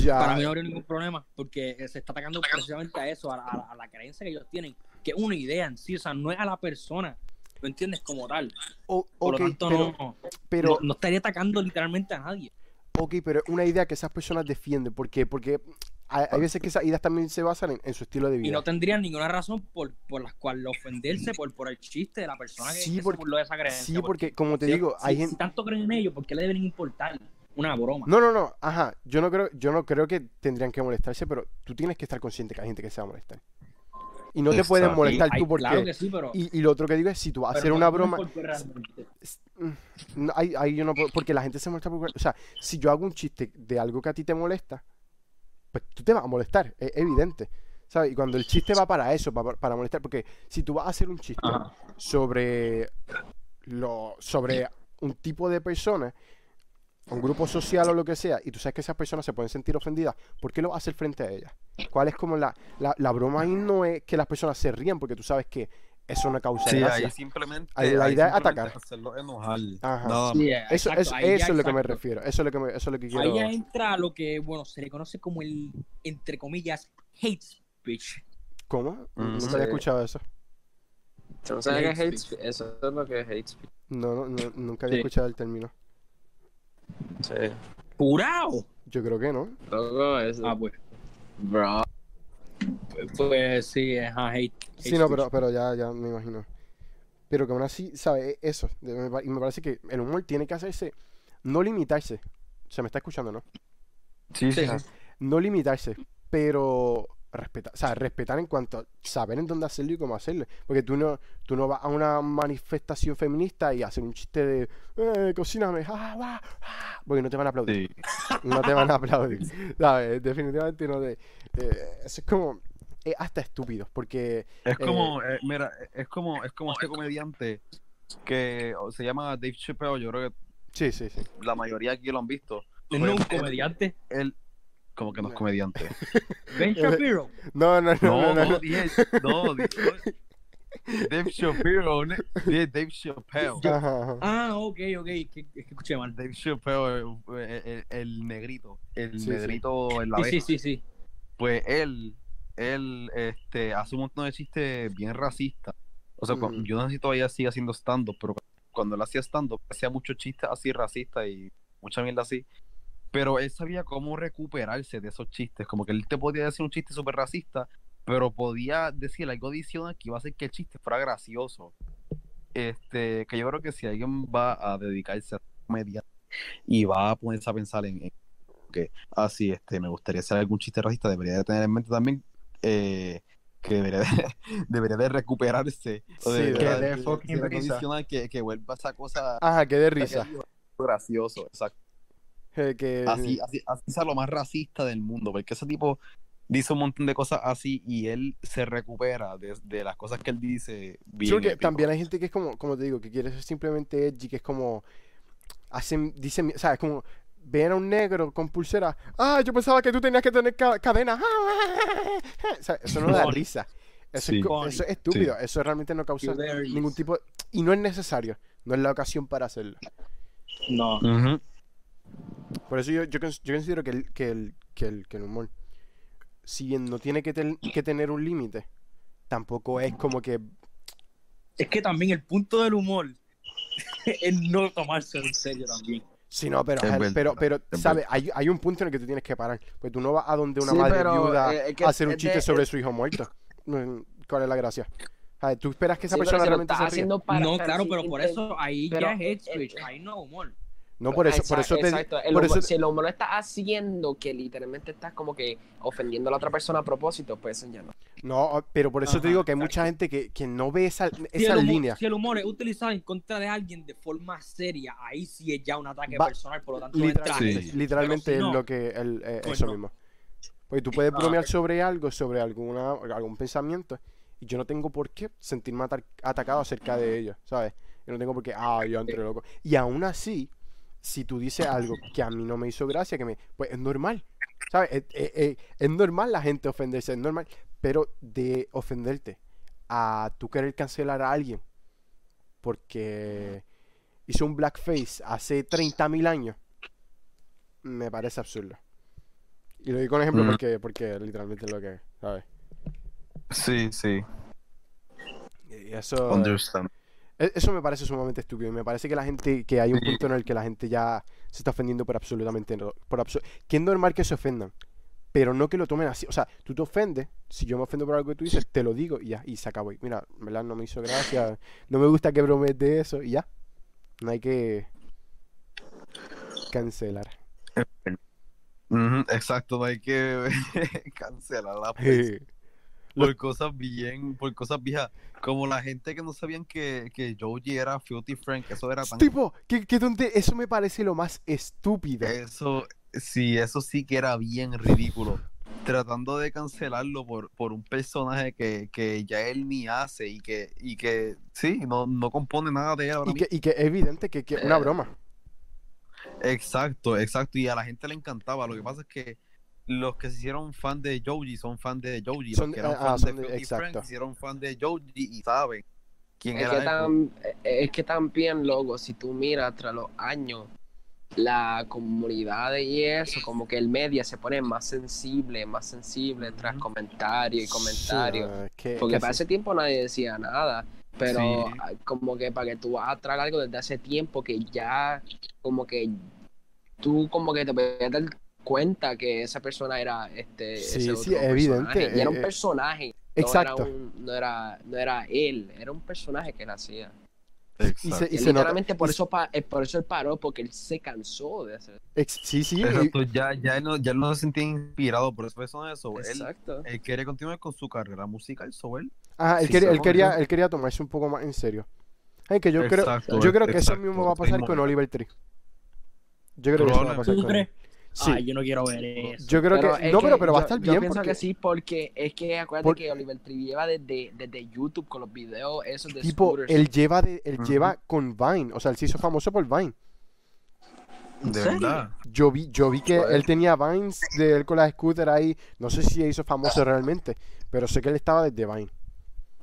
Speaker 1: Ya,
Speaker 5: Para mí no habría ningún problema, porque eh, se está atacando precisamente a eso, a la, a la- a la creencia que ellos tienen, que es una idea en sí, o sea, no es a la persona, ¿lo entiendes? Como tal.
Speaker 1: o-
Speaker 5: Por
Speaker 1: ok,
Speaker 5: lo tanto,
Speaker 1: pero,
Speaker 5: no,
Speaker 1: pero
Speaker 5: no, no estaría atacando literalmente a nadie.
Speaker 1: Ok, pero es una idea que esas personas defienden. ¿Por qué? Porque hay, hay veces que esas ideas también se basan en, en su estilo de
Speaker 5: Y
Speaker 1: vida.
Speaker 5: no tendrían ninguna razón por, por la cual ofenderse por, por el chiste de la persona que,
Speaker 1: Sí,
Speaker 5: que se
Speaker 1: porque-
Speaker 5: burló de esa creencia.
Speaker 1: sí, porque como te
Speaker 5: si-
Speaker 1: digo,
Speaker 5: si,
Speaker 1: hay
Speaker 5: si
Speaker 1: gente...
Speaker 5: tanto creen en ellos, ¿por qué le deben importar una broma?
Speaker 1: No, no, no, ajá. Yo no creo, yo no creo que tendrían que molestarse, pero tú tienes que estar consciente que hay gente que se va a molestar. Y no te
Speaker 2: Exacto.
Speaker 1: pueden molestar
Speaker 5: Ay,
Speaker 1: tú porque...
Speaker 5: claro que sí, pero...
Speaker 1: Y, y lo otro que digo es, si tú vas a
Speaker 5: pero
Speaker 1: hacer
Speaker 5: no
Speaker 1: una
Speaker 5: tiene
Speaker 1: broma,
Speaker 5: por qué realmente.
Speaker 1: s- mm, no, ahí, ahí yo no puedo, porque la gente se molesta por- O sea, si yo hago un chiste de algo que a ti te molesta, pues tú te vas a molestar, es evidente. ¿Sabes? Y cuando el chiste va para eso, para, para molestar, porque si tú vas a hacer un chiste
Speaker 5: Ajá.
Speaker 1: sobre lo, sobre un tipo de persona, un grupo social o lo que sea, y tú sabes que esas personas se pueden sentir ofendidas, ¿por qué lo vas a hacer frente a ellas? ¿Cuál es como la, la, la broma ahí no es que las personas se rían porque tú sabes que eso no causa
Speaker 2: Sí,
Speaker 1: gracia?
Speaker 2: ahí simplemente.
Speaker 1: Ahí la idea es
Speaker 2: simplemente
Speaker 1: atacar.
Speaker 2: Hacerlo enojar.
Speaker 1: Ajá.
Speaker 2: Nada
Speaker 5: Sí,
Speaker 1: Eso,
Speaker 5: exacto,
Speaker 1: eso-
Speaker 5: ahí ya,
Speaker 1: eso es lo que me
Speaker 5: exacto.
Speaker 1: refiero. Eso es lo que, me- eso es lo que quiero.
Speaker 5: Ahí ya entra lo que, bueno, se le conoce como el, entre comillas, hate speech.
Speaker 1: ¿Cómo?
Speaker 2: Mm,
Speaker 1: Nunca
Speaker 2: sí.
Speaker 1: había escuchado eso.
Speaker 4: ¿Tú no sabes qué es
Speaker 5: Hate
Speaker 4: hate speech? Eso es lo que es hate speech.
Speaker 1: No, no, no, nunca había
Speaker 5: Sí.
Speaker 1: escuchado el término.
Speaker 4: Sí.
Speaker 5: ¡Curao!
Speaker 1: Yo creo que no.
Speaker 4: Loco, eso.
Speaker 5: Ah, pues.
Speaker 4: Bro.
Speaker 5: Pues sí, ajá, hate. hate
Speaker 1: Sí, no,
Speaker 5: speech.
Speaker 1: pero, pero ya, ya me imagino. Pero que aún así, ¿sabes? Eso. de- me pa- Y me parece que el humor tiene que hacerse, no limitarse. Se me está escuchando, ¿no?
Speaker 2: Sí, sí.
Speaker 5: sí.
Speaker 1: No limitarse, pero respetar, o sea, respetar en cuanto a saber en dónde hacerlo y cómo hacerlo. Porque tú no, tú no vas a una manifestación feminista y hacer un chiste de, eh, cocíname, ah, ah, ah", porque no te van a aplaudir.
Speaker 2: sí.
Speaker 1: no te van a aplaudir. ¿Sabes? Definitivamente no te. eh, eso es como. Es hasta estúpido, porque.
Speaker 2: Es como, eh, mira, es como, es como este comediante que o, se llama Dave Chappelle, yo creo que
Speaker 1: Sí, sí, sí.
Speaker 2: la mayoría aquí lo han visto.
Speaker 5: Es no un comediante.
Speaker 2: Él, como que no
Speaker 1: [laughs]
Speaker 2: es comediante.
Speaker 5: Ben Shapiro.
Speaker 1: No, no, no, no.
Speaker 2: No,
Speaker 1: no,
Speaker 2: no, dije, no, dije- [laughs] Dave Shapiro, ne- yeah, Dave Chappelle.
Speaker 1: Ajá, ajá.
Speaker 5: Ah, ok, ok. Es que, es que escuché mal.
Speaker 2: Dave Chappelle, eh, el, el, negrito. El
Speaker 1: Sí, sí.
Speaker 2: negrito en la
Speaker 5: Sí,
Speaker 2: vez.
Speaker 5: sí, sí, sí.
Speaker 2: Pues él, él este, hace un montón de chistes bien racistas. O sea, cu-
Speaker 1: Ujú.
Speaker 2: yo no sé si todavía sigue haciendo stand-up, pero cuando él hacía stand-up, hacía muchos chistes así racistas y mucha mierda así. Pero él sabía cómo recuperarse de esos chistes. Como que él te podía decir un chiste súper racista, pero podía decir algo adicional que iba a hacer que el chiste fuera gracioso. Este, que yo creo que si alguien va a dedicarse a la comedia y va a ponerse a pensar en, en que, ah, sí, este, me gustaría hacer algún chiste racista, debería de tener en mente también eh, que debería de, [laughs] debería de recuperarse. o
Speaker 1: Sí,
Speaker 2: debería
Speaker 1: que dé
Speaker 2: de-
Speaker 1: fucking
Speaker 2: de
Speaker 1: risa.
Speaker 2: condicionar que, que vuelva esa cosa
Speaker 1: Ajá, que de risa.
Speaker 2: gracioso, exacto.
Speaker 1: Eh, que-
Speaker 2: Así, así, así sea lo más racista del mundo, porque ese tipo dice un montón de cosas así y él se recupera de, de las cosas que él dice
Speaker 1: Sí,
Speaker 2: bien
Speaker 1: porque
Speaker 2: épico.
Speaker 1: también hay gente que es como, como te digo, que quiere ser simplemente edgy, que es como, hacen, dicen, o sea, es como, ven a un negro con pulsera, ah, yo pensaba que tú tenías que tener ca- cadena, [laughs] O sea, eso no da
Speaker 5: Funny.
Speaker 1: risa, eso,
Speaker 2: Sí.
Speaker 1: es, co- eso es estúpido, eso realmente no causa ningún tipo, y no es necesario, no es la ocasión para hacerlo.
Speaker 5: No.
Speaker 2: Ujú.
Speaker 1: Por eso yo, yo, cons- yo considero que el, que, el, que, el, que el humor, si bien no tiene que, tel- que tener un límite, tampoco es como que,
Speaker 5: Es que también el punto del humor [laughs] es no tomarse en serio también.
Speaker 1: Sí, no, pero,
Speaker 2: Es
Speaker 1: ajá,
Speaker 2: verdad,
Speaker 1: pero, pero
Speaker 2: es
Speaker 1: ¿sabes? Hay, hay un punto en el que tú tienes que parar. Pues tú no vas a donde una
Speaker 4: Sí,
Speaker 1: madre
Speaker 4: pero,
Speaker 1: viuda
Speaker 4: eh, es que
Speaker 1: a hacer un
Speaker 4: es
Speaker 1: chiste
Speaker 4: de-
Speaker 1: sobre su hijo muerto. Mm, ¿Cuál es la gracia? Ay, tú esperas que esa
Speaker 6: Sí, pero
Speaker 1: persona
Speaker 6: se lo
Speaker 1: realmente
Speaker 6: estás
Speaker 1: se ría.
Speaker 6: haciendo para.
Speaker 5: no,
Speaker 6: para
Speaker 5: claro,
Speaker 6: si
Speaker 5: pero por
Speaker 6: intent-
Speaker 5: eso ahí
Speaker 6: pero-
Speaker 5: ya es head switch, ahí no humor.
Speaker 1: No, por eso, por
Speaker 6: Exa-
Speaker 1: eso te di-
Speaker 6: exacto. El
Speaker 1: por
Speaker 6: humor-
Speaker 1: eso-
Speaker 6: Si el humor lo estás haciendo, que literalmente estás como que ofendiendo a la otra persona a propósito, pues eso ya no.
Speaker 1: No, pero por eso te
Speaker 5: Ajá,
Speaker 1: digo que hay mucha gente que, que no ve esa,
Speaker 5: Si
Speaker 1: esa
Speaker 5: el,
Speaker 1: línea.
Speaker 5: humor, si el humor es utilizado en contra de alguien de forma seria, ahí sí es ya un ataque
Speaker 1: Va-
Speaker 5: personal, por lo tanto no entra
Speaker 1: Literal-
Speaker 2: Sí.
Speaker 5: ahí.
Speaker 1: Literalmente
Speaker 5: Pero si
Speaker 1: es
Speaker 5: no,
Speaker 1: lo que el- eh,
Speaker 5: pues
Speaker 1: eso
Speaker 5: no.
Speaker 1: mismo. Porque Pues tú puedes
Speaker 5: Ah,
Speaker 1: bromear
Speaker 5: ok.
Speaker 1: sobre algo, sobre alguna, algún pensamiento, y yo no tengo por qué sentirme atar- atacado acerca de ello, ¿sabes? Yo no tengo por qué, ah, yo entre loco. Y aún así, si tú dices algo que a mí no me hizo gracia, que me, pues es normal, ¿sabes? Es, es- es- es normal la gente ofenderse, es normal, pero de ofenderte a tú querer cancelar a alguien porque hizo un blackface hace 30.000 años, me parece absurdo. Y lo digo con ejemplo
Speaker 2: Mm.
Speaker 1: porque, porque literalmente es lo que, ¿sabes?
Speaker 2: Sí, sí,
Speaker 1: Y eso,
Speaker 2: understand.
Speaker 1: e- eso me parece sumamente estúpido. Y me parece que la gente, que hay un
Speaker 2: Sí.
Speaker 1: punto en el que la gente ya se está ofendiendo por absolutamente no- por absu- que es normal que se ofendan, pero no que lo tomen así. O sea, tú te ofendes, si yo me ofendo por algo que tú dices, te lo digo y ya, y se acabó. Y mira, en verdad no me hizo gracia, no me gusta que bromees de eso y ya. No hay que cancelar.
Speaker 2: Ujú, exacto, no hay que [laughs] cancelar la Por cosas bien, por cosas viejas. Como la gente que no sabían que, que Joji era Filthy Frank, eso era
Speaker 1: [laughs]
Speaker 2: tan.
Speaker 1: Tipo, que, que donde eso me parece lo más estúpido.
Speaker 2: Eso, sí, eso sí que era bien ridículo. Tratando de cancelarlo por, por un personaje que, que ya él ni hace y que, y que sí, no, no compone nada de él ahora
Speaker 1: Y que, y que es evidente que que es una
Speaker 2: Eh,
Speaker 1: broma.
Speaker 2: Exacto, exacto. Y a la gente le encantaba. Lo que pasa es que los que se hicieron fan de Joji son fan de Joji.
Speaker 1: Son-
Speaker 2: los que eran
Speaker 1: ah,
Speaker 2: fan
Speaker 1: son de-
Speaker 2: de, Filthy
Speaker 1: exacto.
Speaker 2: Frank se hicieron fan de Joji y saben quién
Speaker 6: Es
Speaker 2: era
Speaker 6: que,
Speaker 2: él.
Speaker 6: tam- eh, es que también, loco, si tú miras tras los años, la comunidad y eso, como que el media se pone más sensible, más sensible tras comentario y comentario.
Speaker 1: Sí, no, es que-
Speaker 6: Porque
Speaker 1: que
Speaker 6: Eh, para
Speaker 1: sí.
Speaker 6: ese tiempo nadie decía nada, pero
Speaker 2: Sí.
Speaker 6: ah, como que para que tú vas a traer algo desde hace tiempo que ya, como que tú como que te puedes dar cuenta que esa persona era este
Speaker 1: Sí,
Speaker 6: ese
Speaker 1: sí,
Speaker 6: otro
Speaker 1: evidente,
Speaker 6: personaje, y era
Speaker 1: eh,
Speaker 6: un personaje
Speaker 1: Exacto.
Speaker 6: no era, un- no era no era él era un personaje que él hacía
Speaker 1: Y
Speaker 2: Exacto.
Speaker 1: se, y
Speaker 6: y
Speaker 1: se nota-
Speaker 6: literalmente por eso pa- eh, por eso él paró porque él se cansó de hacer
Speaker 1: ex- sí, sí, y- eh,
Speaker 2: Exacto, ya, ya, él no, ya él no se sentía inspirado por eso, eso, eso.
Speaker 1: Pues
Speaker 2: Él,
Speaker 6: exacto
Speaker 2: él quiere continuar con su carrera musical, so él.
Speaker 1: ajá, él,
Speaker 2: Sí,
Speaker 1: quería,
Speaker 2: se
Speaker 1: él, quería,
Speaker 2: volvió.
Speaker 1: él quería tomarse un poco más en serio. Ay, que yo creo,
Speaker 2: Exacto,
Speaker 1: yo creo que eso
Speaker 2: exacto,
Speaker 1: mismo va a pasar
Speaker 2: mismo.
Speaker 1: con Oliver Tree. Yo creo que eso va a
Speaker 2: Probablemente.
Speaker 1: pasar
Speaker 5: ¿Tú
Speaker 1: con
Speaker 5: crees? Ah,
Speaker 1: él. Sí,
Speaker 5: Ay, yo no quiero ver eso.
Speaker 1: yo creo que.
Speaker 6: es
Speaker 1: No, pero, pero va a
Speaker 6: yo-
Speaker 1: estar
Speaker 6: yo
Speaker 1: bien
Speaker 6: pienso
Speaker 1: porque.
Speaker 6: que sí, porque es que acuérdate
Speaker 1: Por-
Speaker 6: que Oliver Tree lleva desde, desde YouTube con los videos esos de
Speaker 1: Tipo,
Speaker 6: scooters.
Speaker 1: él lleva, de, él
Speaker 2: Ujú.
Speaker 1: lleva con Vine. O sea, él se hizo famoso por Vine.
Speaker 2: De verdad.
Speaker 1: Yo vi, yo vi que él tenía Vines de él con la scooter ahí. No sé si se hizo famoso realmente, pero sé que él estaba desde Vine.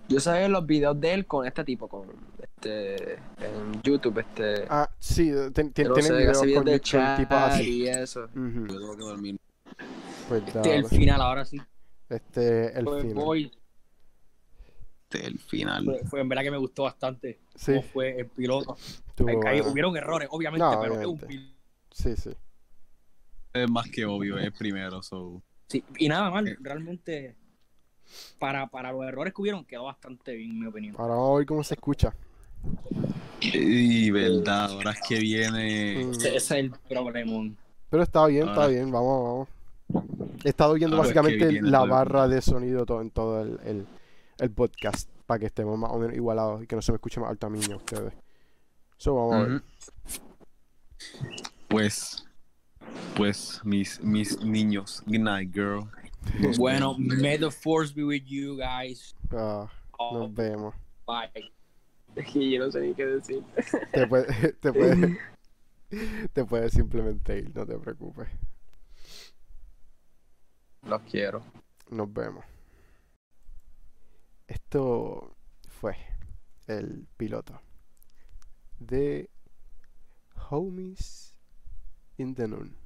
Speaker 4: Yo sabía los videos de él con este tipo, con este en YouTube, este.
Speaker 1: Ah, sí, ten- ten-
Speaker 4: no
Speaker 1: tienen
Speaker 4: sé,
Speaker 1: videos
Speaker 4: hace
Speaker 1: con,
Speaker 4: videos de
Speaker 1: con tipos
Speaker 4: chat
Speaker 1: así.
Speaker 4: y eso.
Speaker 1: Ujú,
Speaker 2: Yo tengo que dormir.
Speaker 1: pues
Speaker 5: Este, el
Speaker 1: dale.
Speaker 5: final, ahora sí.
Speaker 1: Este, el
Speaker 5: Fue,
Speaker 1: final.
Speaker 5: voy-
Speaker 2: Este, el final.
Speaker 5: fue- fue en verdad que me gustó bastante
Speaker 1: Sí,
Speaker 5: cómo fue el piloto.
Speaker 1: estuvo
Speaker 5: Ahí- ahí
Speaker 1: bueno.
Speaker 5: hubieron errores, obviamente,
Speaker 1: No,
Speaker 5: pero
Speaker 1: obviamente.
Speaker 5: es un piloto.
Speaker 1: Sí, sí.
Speaker 2: Es más que obvio, es primero. So.
Speaker 5: Sí, y nada más, realmente, para, para los errores que hubieron, quedó bastante bien, en mi opinión.
Speaker 1: Ahora vamos a ver cómo se escucha.
Speaker 2: Y verdad, ahora es que viene.
Speaker 1: Eh, Mm.
Speaker 5: Ese, ese es el problema.
Speaker 1: Pero está bien, está
Speaker 2: Ahora-
Speaker 1: bien, vamos, vamos. He estado oyendo
Speaker 2: Ahora es que
Speaker 1: básicamente
Speaker 2: viene
Speaker 1: la
Speaker 2: todo el
Speaker 1: barra de sonido todo, en todo el, el, el podcast para que estemos más o menos igualados y que no se me escuche más alto a mí ni a ustedes. Eso vamos a ver.
Speaker 2: Ujú. Pues, pues, mis, mis niños. Good night, girl.
Speaker 5: Bueno, may the force be with you guys.
Speaker 1: Ah,
Speaker 5: Oh,
Speaker 1: nos vemos.
Speaker 5: Bye.
Speaker 6: [laughs] Y yo no sé ni qué decir.
Speaker 1: Te puedes, [laughs] te
Speaker 2: [laughs]
Speaker 1: puedes, te puedes simplemente ir, no te preocupes.
Speaker 6: Los quiero.
Speaker 1: Nos vemos. Esto fue el piloto de Homies in the Noon.